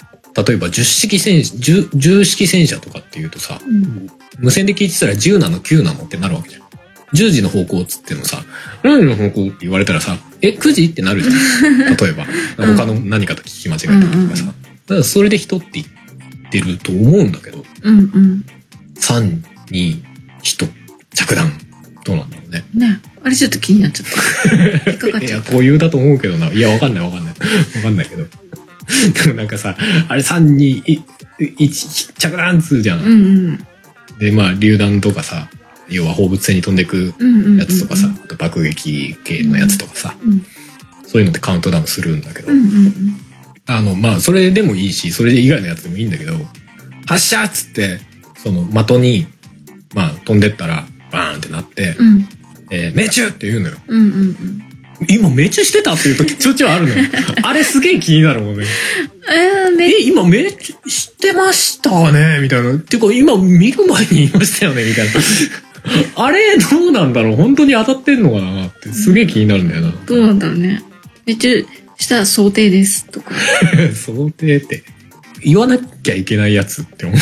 Speaker 2: ば10式戦車、10, 10式戦車とかって言うとさ、
Speaker 3: うん。
Speaker 2: 無線で聞いてたら10なの9なのってなるわけじゃん。10時の方向っつってもさ、何時の方向って言われたらさ、え、9時ってなるじ ゃん。例えば、
Speaker 3: うん
Speaker 2: 他の何かと聞き間違えたりとかさ。
Speaker 3: うん
Speaker 2: だからそれで人って言ってると思うんだけど、
Speaker 3: うん。うん。
Speaker 2: 3、2、1、着弾。どうなんだろうね。
Speaker 3: ね。あれちょっと気になっち ゃった。引っかかっ
Speaker 2: い
Speaker 3: ちゃ
Speaker 2: や、
Speaker 3: った。
Speaker 2: こういうだと思うけどな。いや、わかんないわかんない。わかんないけど。 でもなんかさ、あれ3、2、1、着弾っつうじゃ。
Speaker 3: うんん
Speaker 2: で、まあ、榴弾とかさ、要は放物線に飛んでく
Speaker 3: うん。うんうん。
Speaker 2: やつとかさ、あと爆撃系のやつとかさ、
Speaker 3: うん。
Speaker 2: そういうのってカウントダウンするんだけど、
Speaker 3: うんうん
Speaker 2: あの、まあ、それでもいいし、それ以外のやつでもいいんだけど、発射っつって、その的に、まあ、飛んでったら、バーンってなって、
Speaker 3: うん。うん。
Speaker 2: えー命中って言うのよ。
Speaker 3: うんうんうん。
Speaker 2: 今命中してたっていう 時ちょいちょいあるのよ。あれすげえ気になるもんね。
Speaker 3: えー、め
Speaker 2: え、今命中してましたねみたいな。てか、今見る前に言いましたよねみ たいな。あれ、どうなんだろう本当に当たってんのかなって、すげえ気になるんだよな。
Speaker 3: どうなんだろうね。めっちゃした想定ですとか。
Speaker 2: 想定って言わなきゃいけないやつって思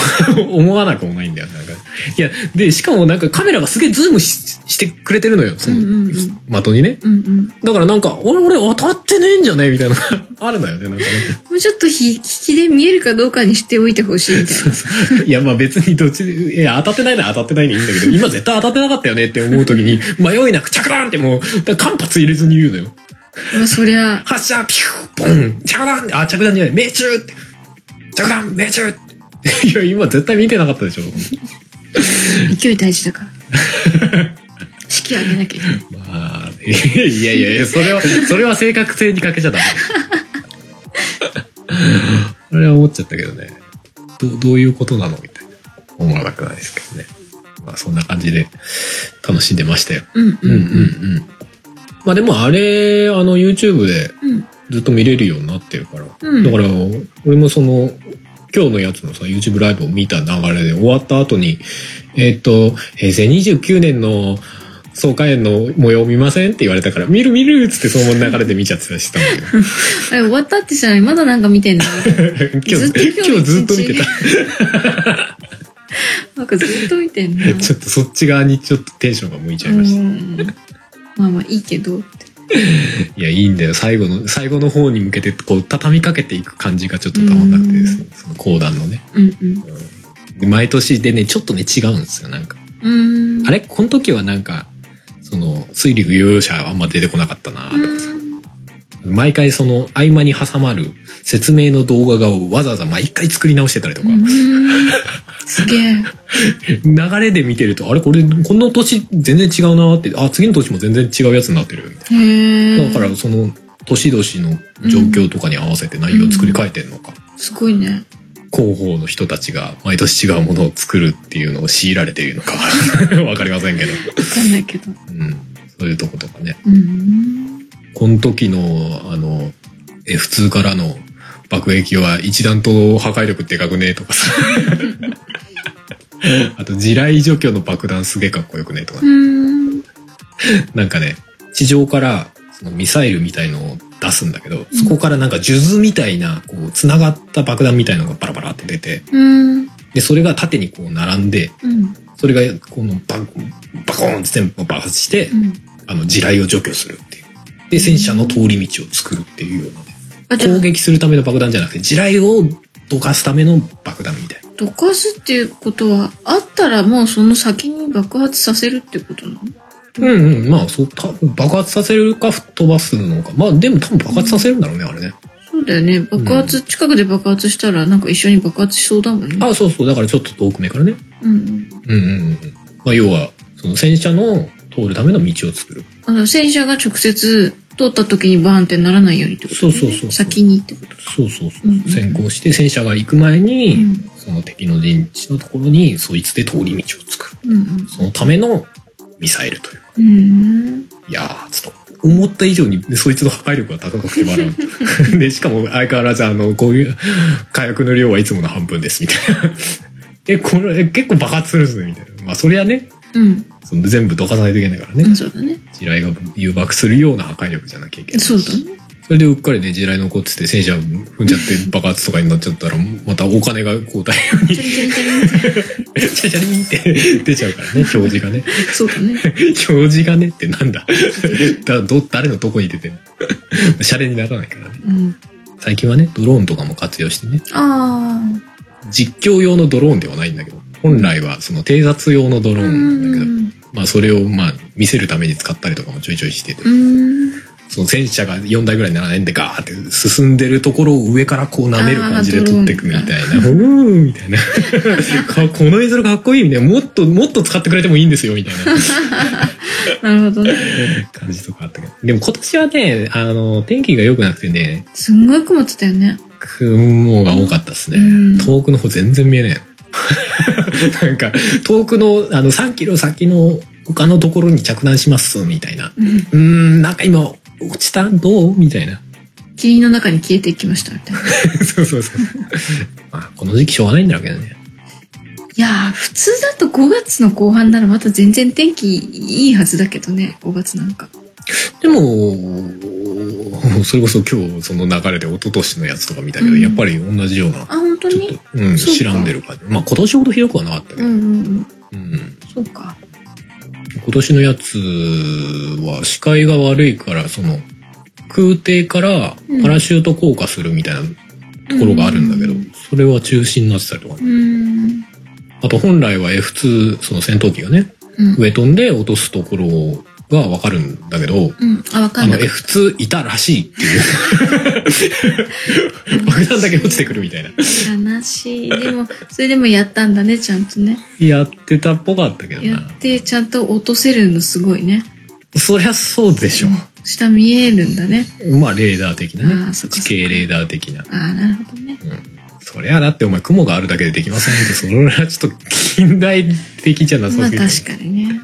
Speaker 2: 思わなくもないんだよなんかいや、で、しかもなんかカメラがすげえズームししてくれてるのよ、その、
Speaker 3: うんうんうん
Speaker 2: 的にね。
Speaker 3: うんうん。
Speaker 2: だからなんか、俺、俺当たってねえんじゃねえみたいな のがあるのよね、 なんかね。
Speaker 3: もうちょっとひ引きで見えるかどうかにしておいてほしいみたいな。
Speaker 2: いや、まあ別にどっちで、いや、当たってないなら当たってないでいいんだけど、今絶対当たってなかったよねって思うときに、迷いなくチャクランってもう、だから間髪入れずに言うのよ。
Speaker 3: まあそりゃ、
Speaker 2: 発射ピューボンチャクランあ、着弾じゃない、命中着弾命中 いや、今絶対見てなかったでしょ。
Speaker 3: 勢い大事だ から。式上げなきゃいけない。
Speaker 2: まあ、いやいやいや、それは、それは正確性に欠けちゃダメ。それは思っちゃったけどね。どうどういうことなのみたいな。思わなくないですけどね。まあそんな感じで楽しんでましたよ。
Speaker 3: うん
Speaker 2: うん
Speaker 3: う
Speaker 2: うん
Speaker 3: ん
Speaker 2: うん。まあでもあれ、あの YouTube で
Speaker 3: うん。うん
Speaker 2: ずっと見れるようになってるから。
Speaker 3: うん
Speaker 2: だから、俺もその、今日のやつのさ、YouTube ライブを見た流れで終わった後に、えっ、と、平成29年の総会演の模様見ませんって言われたから、見る見るっつってそのまま流れで見ちゃってたしさ
Speaker 3: あれ終わったってじゃないまだなんか見てんだ。
Speaker 2: 今日、
Speaker 3: ずっと今日
Speaker 2: 今日ずっと見てた。
Speaker 3: なんかずっと見てん な。
Speaker 2: ちょっとそっち側にちょっとテンションが向いちゃいました。
Speaker 3: うんまあまあいいけど。
Speaker 2: いや、いいんだよ。最後の、最後の方に向けて、こう、畳みかけていく感じがちょっとたまんなくてですね。その講談のね。
Speaker 3: うんうん。
Speaker 2: で毎年でね、ちょっとね、違うんですよ、なんか。
Speaker 3: うん。
Speaker 2: あれこの時はなんか、その、水陸両用車はあんま出てこなかったなと
Speaker 3: う
Speaker 2: かさ
Speaker 3: ん
Speaker 2: 毎回その合間に挟まる説明の動画をわざわざ毎回作り直してたりとか、
Speaker 3: うんすげえ。
Speaker 2: 流れで見てると、あれこれ、この年全然違うなって、あ、次の年も全然違うやつになってるよみたい
Speaker 3: へえ。
Speaker 2: な。だからその、年々の状況とかに合わせて内容を作り変えてんのか。
Speaker 3: すごいね。
Speaker 2: 広報の人たちが毎年違うものを作るっていうのを強いられているのか わかりませんけど、
Speaker 3: わかんないけど。
Speaker 2: うん、そういうとことかね
Speaker 3: うん。
Speaker 2: この時の、あの、え、普通からの爆撃は一段と破壊力でかくねとかさ。あと、地雷除去の爆弾すげえかっこよくねとか、
Speaker 3: うん。
Speaker 2: なんかね、地上からそのミサイルみたいのを出すんだけど、そこからなんか数珠みたいな、こう、繋がった爆弾みたいのがバラバラって出て、
Speaker 3: うん。
Speaker 2: で、それが縦にこう並んで、
Speaker 3: うん。
Speaker 2: それがこのバンバコーンって全部爆発して、
Speaker 3: うん。
Speaker 2: あの、地雷を除去するっていう。で、戦車の通り道を作るっていうようなね。
Speaker 3: あ、じゃ
Speaker 2: 攻
Speaker 3: あ、
Speaker 2: 撃するための爆弾じゃなくて地雷をどかすための爆弾みたいな
Speaker 3: どかすっていうことは、あったらもうその先に爆発させるってことなの
Speaker 2: うんうんまあそう多分爆発させるか吹っ飛ばすのかまあでも多分爆発させるんだろうね、あれね
Speaker 3: そうだよね。爆発、近くで爆発したら、なんか一緒に爆発しそうだもんね。
Speaker 2: あそうそうだからちょっと遠く目からね
Speaker 3: うん
Speaker 2: うんうんうんうんまあ要はその戦車の通るための道を作る
Speaker 3: うん。あの、戦車が直接通った時にバーンってならないようにってこと、ね、
Speaker 2: そうそうそう
Speaker 3: 先にってこと。
Speaker 2: そうそうそう、
Speaker 3: うんうん
Speaker 2: 先行して戦車が行く前
Speaker 3: う
Speaker 2: に、
Speaker 3: ん。
Speaker 2: その敵の陣地のところにそいつで通り道を作る
Speaker 3: うん
Speaker 2: そのためのミサイルという
Speaker 3: うん。うん。
Speaker 2: いやー、ちょっと、思った以上に、そいつの破壊力が高くて笑う。 で、しかも相変わらず、あの、こういう、火薬の量はいつもの半分です、みたいな。 え、これ、え結構爆発するんですね、みたいな。まあ、そりゃね、
Speaker 3: うん。
Speaker 2: その全部どかさないといけないから
Speaker 3: う
Speaker 2: ね
Speaker 3: ん、。そうだね。
Speaker 2: 地雷が誘爆するような破壊力じゃなきゃいけない。
Speaker 3: そうだね。
Speaker 2: それでうっかりね、地雷残ってて、戦車踏んじゃって爆発とかになっちゃったら、またお金がこう大量に、
Speaker 3: チャリチャリチャリ
Speaker 2: チャリ
Speaker 3: って。
Speaker 2: チャリンって 出ちゃうからね、表示がね。
Speaker 3: そうだね。
Speaker 2: 表示がねってなんだだど誰のどこに出てんの シャレにならないからね
Speaker 3: うん。
Speaker 2: 最近はねドローンとかも活用してね
Speaker 3: あ
Speaker 2: 実況用のドローンではないんだけど本来はその偵察用のドロ
Speaker 3: あ。
Speaker 2: ー
Speaker 3: う
Speaker 2: ンなんだけど、
Speaker 3: ん。
Speaker 2: まあそれをまあ見せるために使ったりとかもちょいちょいしてて、
Speaker 3: うん。
Speaker 2: その戦車が4台ぐらい並んでガーって進んでるところを上からこう舐める感じで撮っていくみたいな。うーんみたいな。かこの映像かっこいいみたいな。もっともっと使ってくれてもいいんですよみたいな。
Speaker 3: なるほどね。
Speaker 2: 感じとかあったけど。でも今年はね、あの、天気が良くなくてね、
Speaker 3: すんごい曇ってたよね。
Speaker 2: 雲が多かったですね
Speaker 3: うん。
Speaker 2: 遠くの方全然見えね え。なんか、遠くの、あの、3キロ先の他のところに着弾します、みたいな。
Speaker 3: うん。
Speaker 2: うーん、なんか今、落ちたどうみたい な。
Speaker 3: 霧の中に消えていきましたみたいな。
Speaker 2: そうそうそう。 まあ、この時期しょうがないんだろうけどね。
Speaker 3: いやー、普通だと5月の後半ならまた全然天気いいはずだけどね、5月なんか。
Speaker 2: でも、それこそ今日その流れで一昨年のやつとか見たけど、
Speaker 3: うん
Speaker 2: やっぱり同じような、
Speaker 3: あ、本当
Speaker 2: ちょっ
Speaker 3: に
Speaker 2: と、うん、
Speaker 3: そうか
Speaker 2: 知らんでる感じ。まあ今年ほどひどくはなかったけど
Speaker 3: うんうんうん。
Speaker 2: うん、
Speaker 3: そうか。
Speaker 2: 今年のやつは視界が悪いからその空挺からパラシュート降下するみたいなところがあるんだけど、それは中止になってたりとかね、
Speaker 3: うん。
Speaker 2: あと本来は F2 その戦闘機がね
Speaker 3: うん。
Speaker 2: 上飛んで落とすところがわかるんだけど、
Speaker 3: うん。あ、わか
Speaker 2: あ
Speaker 3: ん
Speaker 2: の
Speaker 3: なかった
Speaker 2: F2 いたらしいっていう爆弾だけ落ちてくるみたいな
Speaker 3: 悲しい。でも、それでもやったんだね、ちゃんとね。
Speaker 2: やってたっぽかったけど
Speaker 3: や
Speaker 2: な
Speaker 3: って、ちゃんと落とせるのすごいね。
Speaker 2: そりゃそうでしょ
Speaker 3: 下見えるんだね。
Speaker 2: まあレーダー的な
Speaker 3: あ
Speaker 2: ね
Speaker 3: ーそっかそっ
Speaker 2: 地
Speaker 3: か
Speaker 2: 形レーダー的な
Speaker 3: ああ、なるほどね。
Speaker 2: そりゃだってお前雲があるだけでできませんってそれはちょっと近代的じゃなさ
Speaker 3: まあ
Speaker 2: すぎる、
Speaker 3: 確かにね。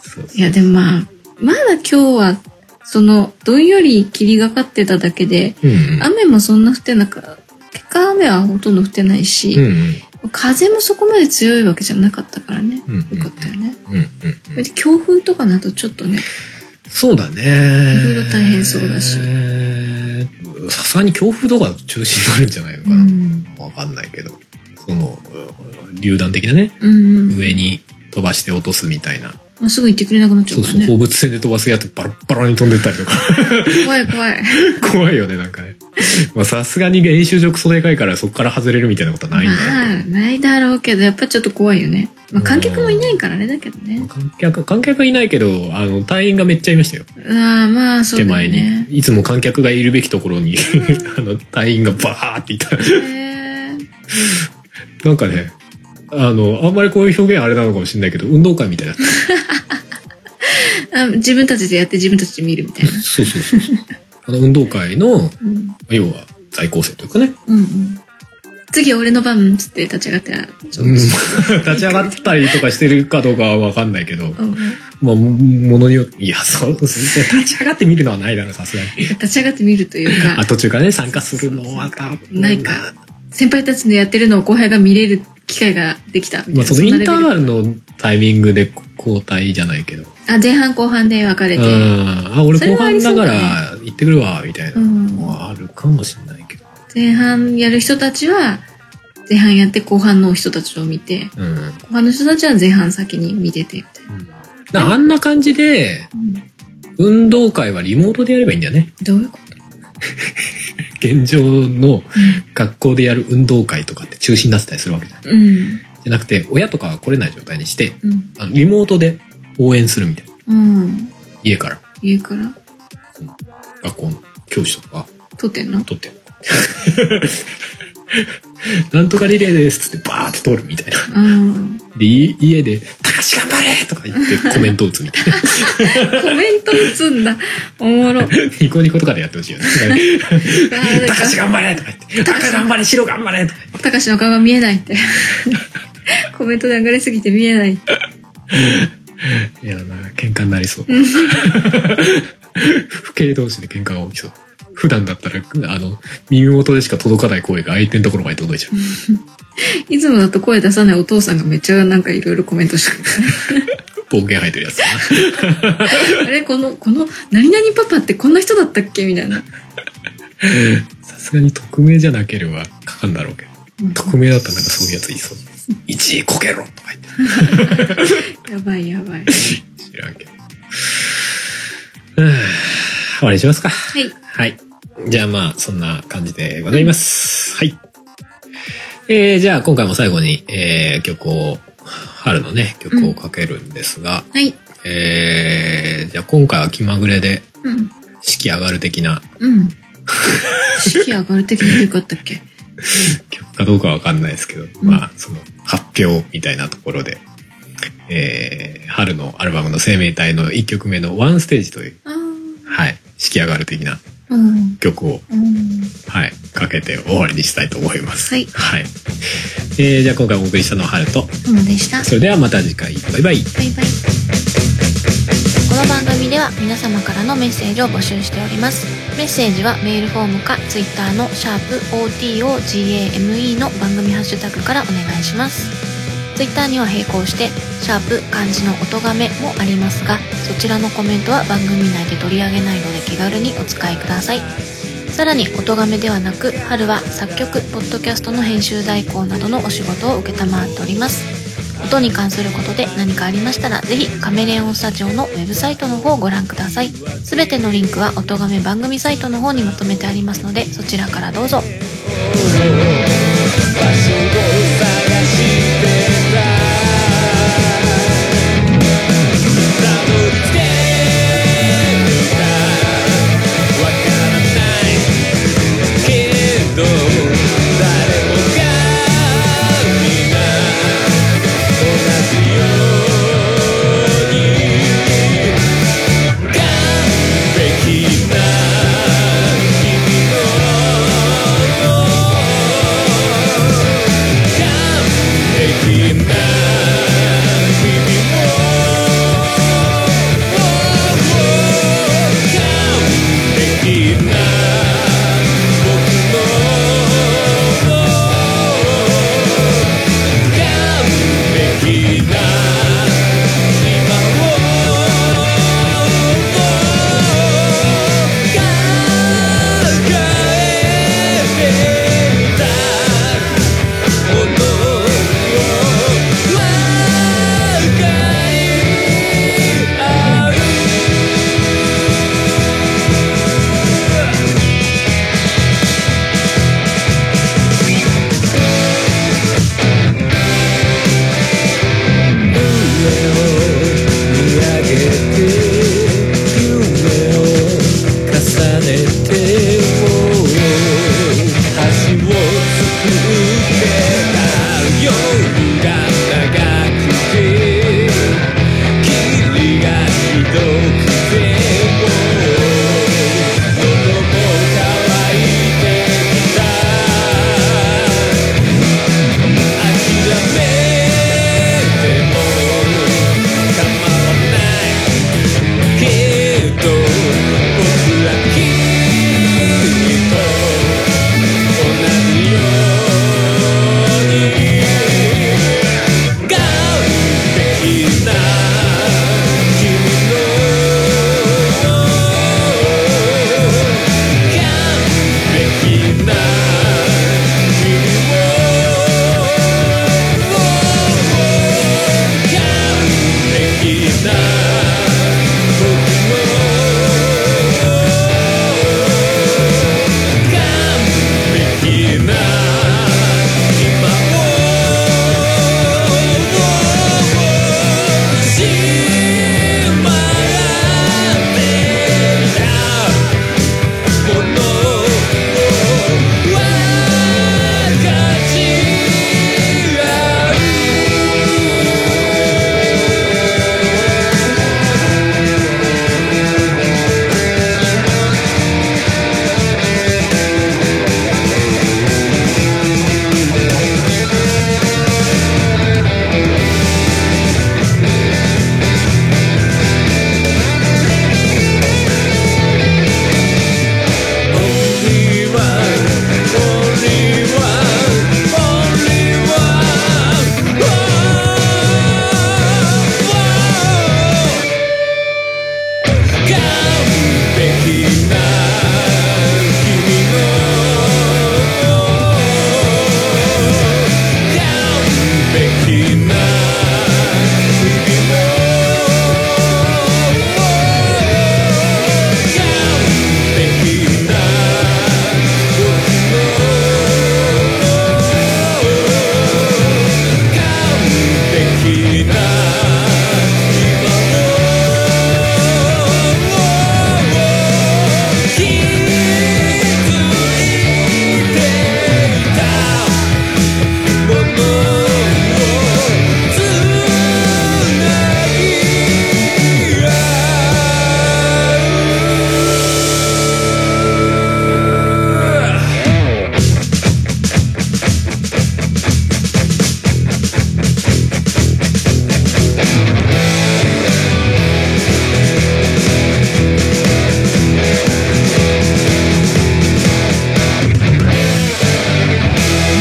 Speaker 2: そうそう
Speaker 3: いや、でもまあ、まだ今日は、その、どんより霧がかってただけで、
Speaker 2: うんうん
Speaker 3: 雨もそんな降ってなか結果雨はほとんど降ってない
Speaker 2: うん
Speaker 3: し、
Speaker 2: うん
Speaker 3: 風もそこまで強いわけじゃなかったからね。
Speaker 2: うんうん
Speaker 3: よかったよね。
Speaker 2: うんうん
Speaker 3: それで強風とかなどちょっとね、
Speaker 2: そうだね
Speaker 3: いろいろ大変そうだし
Speaker 2: えーさすがに強風とか中止になるんじゃないのか
Speaker 3: う
Speaker 2: な、
Speaker 3: ん、
Speaker 2: わかんないけどそのうん榴弾的なね
Speaker 3: うん、
Speaker 2: 上に飛ばして落とすみたいな、
Speaker 3: もうすぐ行ってくれなくなっちゃ
Speaker 2: そうう
Speaker 3: から
Speaker 2: そう
Speaker 3: ね。
Speaker 2: 放物線で飛ばすやつバラッバラに飛んでったりとか
Speaker 3: 怖い怖い。
Speaker 2: 怖いよねなんかねまあさすがに演習場クソでかいからそこから外れるみたいなことはないんだろうけど
Speaker 3: まあ、ないだろうけど、やっぱちょっと怖いよね。まあ、観客もいないからあれだけどね。
Speaker 2: 観客、観客はいないけど、あの、隊員がめっちゃいましたよ。
Speaker 3: ああ、まあ、そう
Speaker 2: 手
Speaker 3: だ
Speaker 2: 前
Speaker 3: よ
Speaker 2: に
Speaker 3: ね。。
Speaker 2: いつも観客がいるべきところに、 あの、隊員がバーっていた。
Speaker 3: へえ
Speaker 2: なんかね、あの、あんまりこういう表現あれなのかもしれないけど、運動会みたいな。
Speaker 3: あ自分たちでやって自分たちで見るみたいな。
Speaker 2: そうそうそうそう。 あの、運動会の、
Speaker 3: うん。
Speaker 2: 要は、在校生というかね。
Speaker 3: うんうん。次俺の番っつって立ち上がってら、ちょっ
Speaker 2: うん 立ち上がったりとかしてるかどうかはわかんないけど、
Speaker 3: と、うん
Speaker 2: まあ、もものによって、いや、そう、立ち上がって見るのはないだろう、さすがに。
Speaker 3: 立ち上がって見るという
Speaker 2: あ、
Speaker 3: か、
Speaker 2: 途中からね、参加するのは、多分
Speaker 3: ないか。先輩たちのやってるのを後輩が見れる機会ができたみたい
Speaker 2: ま
Speaker 3: な。
Speaker 2: あ、そ
Speaker 3: ん
Speaker 2: のイ
Speaker 3: な
Speaker 2: ン
Speaker 3: レベ
Speaker 2: ター
Speaker 3: ル
Speaker 2: バルのタイミングで交代じゃないけど。
Speaker 3: あ、前半後半で分かれ
Speaker 2: うん。
Speaker 3: て。
Speaker 2: あ、俺
Speaker 3: それ
Speaker 2: 後
Speaker 3: はあ
Speaker 2: 半
Speaker 3: りそ
Speaker 2: だか
Speaker 3: うだね
Speaker 2: ら行ってくるわ、みたいな
Speaker 3: うん
Speaker 2: のはあるかもしれないけど。
Speaker 3: 前半やる人たちは、前半やって後半の人たちを見て、
Speaker 2: うん。
Speaker 3: 後半の人たちは前半先に見ててみたいな。
Speaker 2: だからあんな感じで、
Speaker 3: うん
Speaker 2: 運動会はリモートでやればいいんだよね。
Speaker 3: どういうこと
Speaker 2: 現状の学校でやる運動会とかって中止になってたりするわけじゃん。
Speaker 3: うん。
Speaker 2: じゃなくて、親とかは来れない状態にして、
Speaker 3: うん。
Speaker 2: あのリモートで応援するみたいな。
Speaker 3: うん。
Speaker 2: 家から、
Speaker 3: 言うから
Speaker 2: 学校の教師とか
Speaker 3: 撮ってんの
Speaker 2: 撮ってん のなんとかリレーですっつってバーって撮るみたいな。
Speaker 3: うん。
Speaker 2: で、い家で、たかし頑張れとか言ってコメント打つみたいな。
Speaker 3: コメント打つんだ。おもろ。あ
Speaker 2: ニコニコとかでやってほしいよね。
Speaker 3: ーなん
Speaker 2: た
Speaker 3: か
Speaker 2: かし頑張れとか言って、赤頑張れ、白頑張れとか
Speaker 3: たかしの顔が見えないって。 コメントで上がりすぎて見えな
Speaker 2: 言
Speaker 3: い。
Speaker 2: って。いやな、喧嘩になりそう。不敬同士で喧嘩が起きそう。普段だったら、あの、耳元でしか届かない声が相手のところまで届いちゃう。
Speaker 3: いつもだと声出さないお父さんがめっちゃなんかいろいろコメントして
Speaker 2: 暴言吐いてるやつだな。
Speaker 3: くる。あれこの、この、何々パパってこんな人だったっけみたいな。
Speaker 2: さすがに匿名じゃなければかかんだろうけど。
Speaker 3: うん
Speaker 2: 匿名だったらなんかそういうやついそう。1位こけろとか言って。
Speaker 3: やばいやばい。
Speaker 2: 知らんけど。うーん終わりにしますか。
Speaker 3: はい。
Speaker 2: はい。じゃあまあ、そんな感じでございます。はい。えー、じゃあ今回も最後に、えー、曲を、春のね、曲をかけるんですが、
Speaker 3: はい。
Speaker 2: えー、じゃあ今回は気まぐれで、
Speaker 3: うん。
Speaker 2: 式上がる的な
Speaker 3: うん。式上がる的によかったっけ
Speaker 2: 曲かどうかわかんないですけど、
Speaker 3: ん
Speaker 2: まあ、その、発表みたいなところで、えー、春のアルバムの生命体の1曲目のワンステージという、
Speaker 3: あー
Speaker 2: はい、式上がる的な
Speaker 3: うん。
Speaker 2: 曲を
Speaker 3: うん。
Speaker 2: はい、かけて終わりにしたいと思います。
Speaker 3: はい
Speaker 2: はい。えー、じゃあ今回お送りしたのはハルと、
Speaker 3: ともでした。
Speaker 2: それではまた次回、バイバイ。
Speaker 3: バイバイ。
Speaker 5: この番組では皆様からのメッセージを募集しておりますメッセージはメールフォームか Twitter の「シャープ #OTOGAME」の番組ハッシュタグからお願いします Twitter には並行して「シャープ漢字の音がめ」もありますがそちらのコメントは番組内で取り上げないので気軽にお使いくださいさらに音がめではなく春は作曲ポッドキャストの編集代行などのお仕事を承っております音に関することで何かありましたら、ぜひカメレオンスタジオのウェブサイトの方をご覧ください。すべてのリンクは音亀番組サイトの方にまとめてありますので、そちらからどうぞ。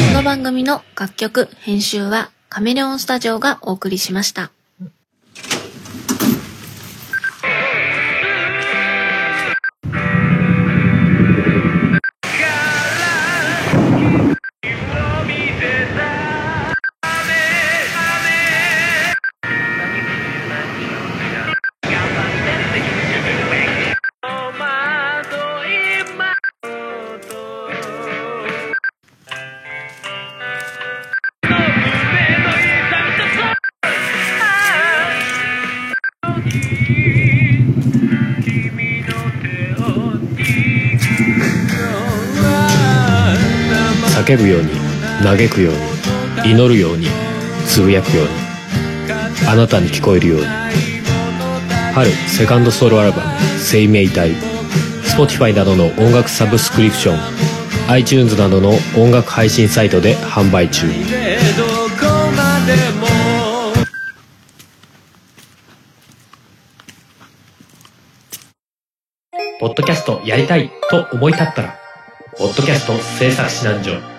Speaker 5: この番組の楽曲、編集はカメレオンスタジオがお送りしました。
Speaker 4: 「
Speaker 2: 叫ぶように嘆くように祈るようにつぶやくようにあなたに聞こえるように春セカンドソロアルバム「生命体」Spotify などの音楽サブスクリプション iTunes などの音楽配信サイトで販売中ポッドキャストやりたいと思い立ったら「ポッドキャスト制作指南所」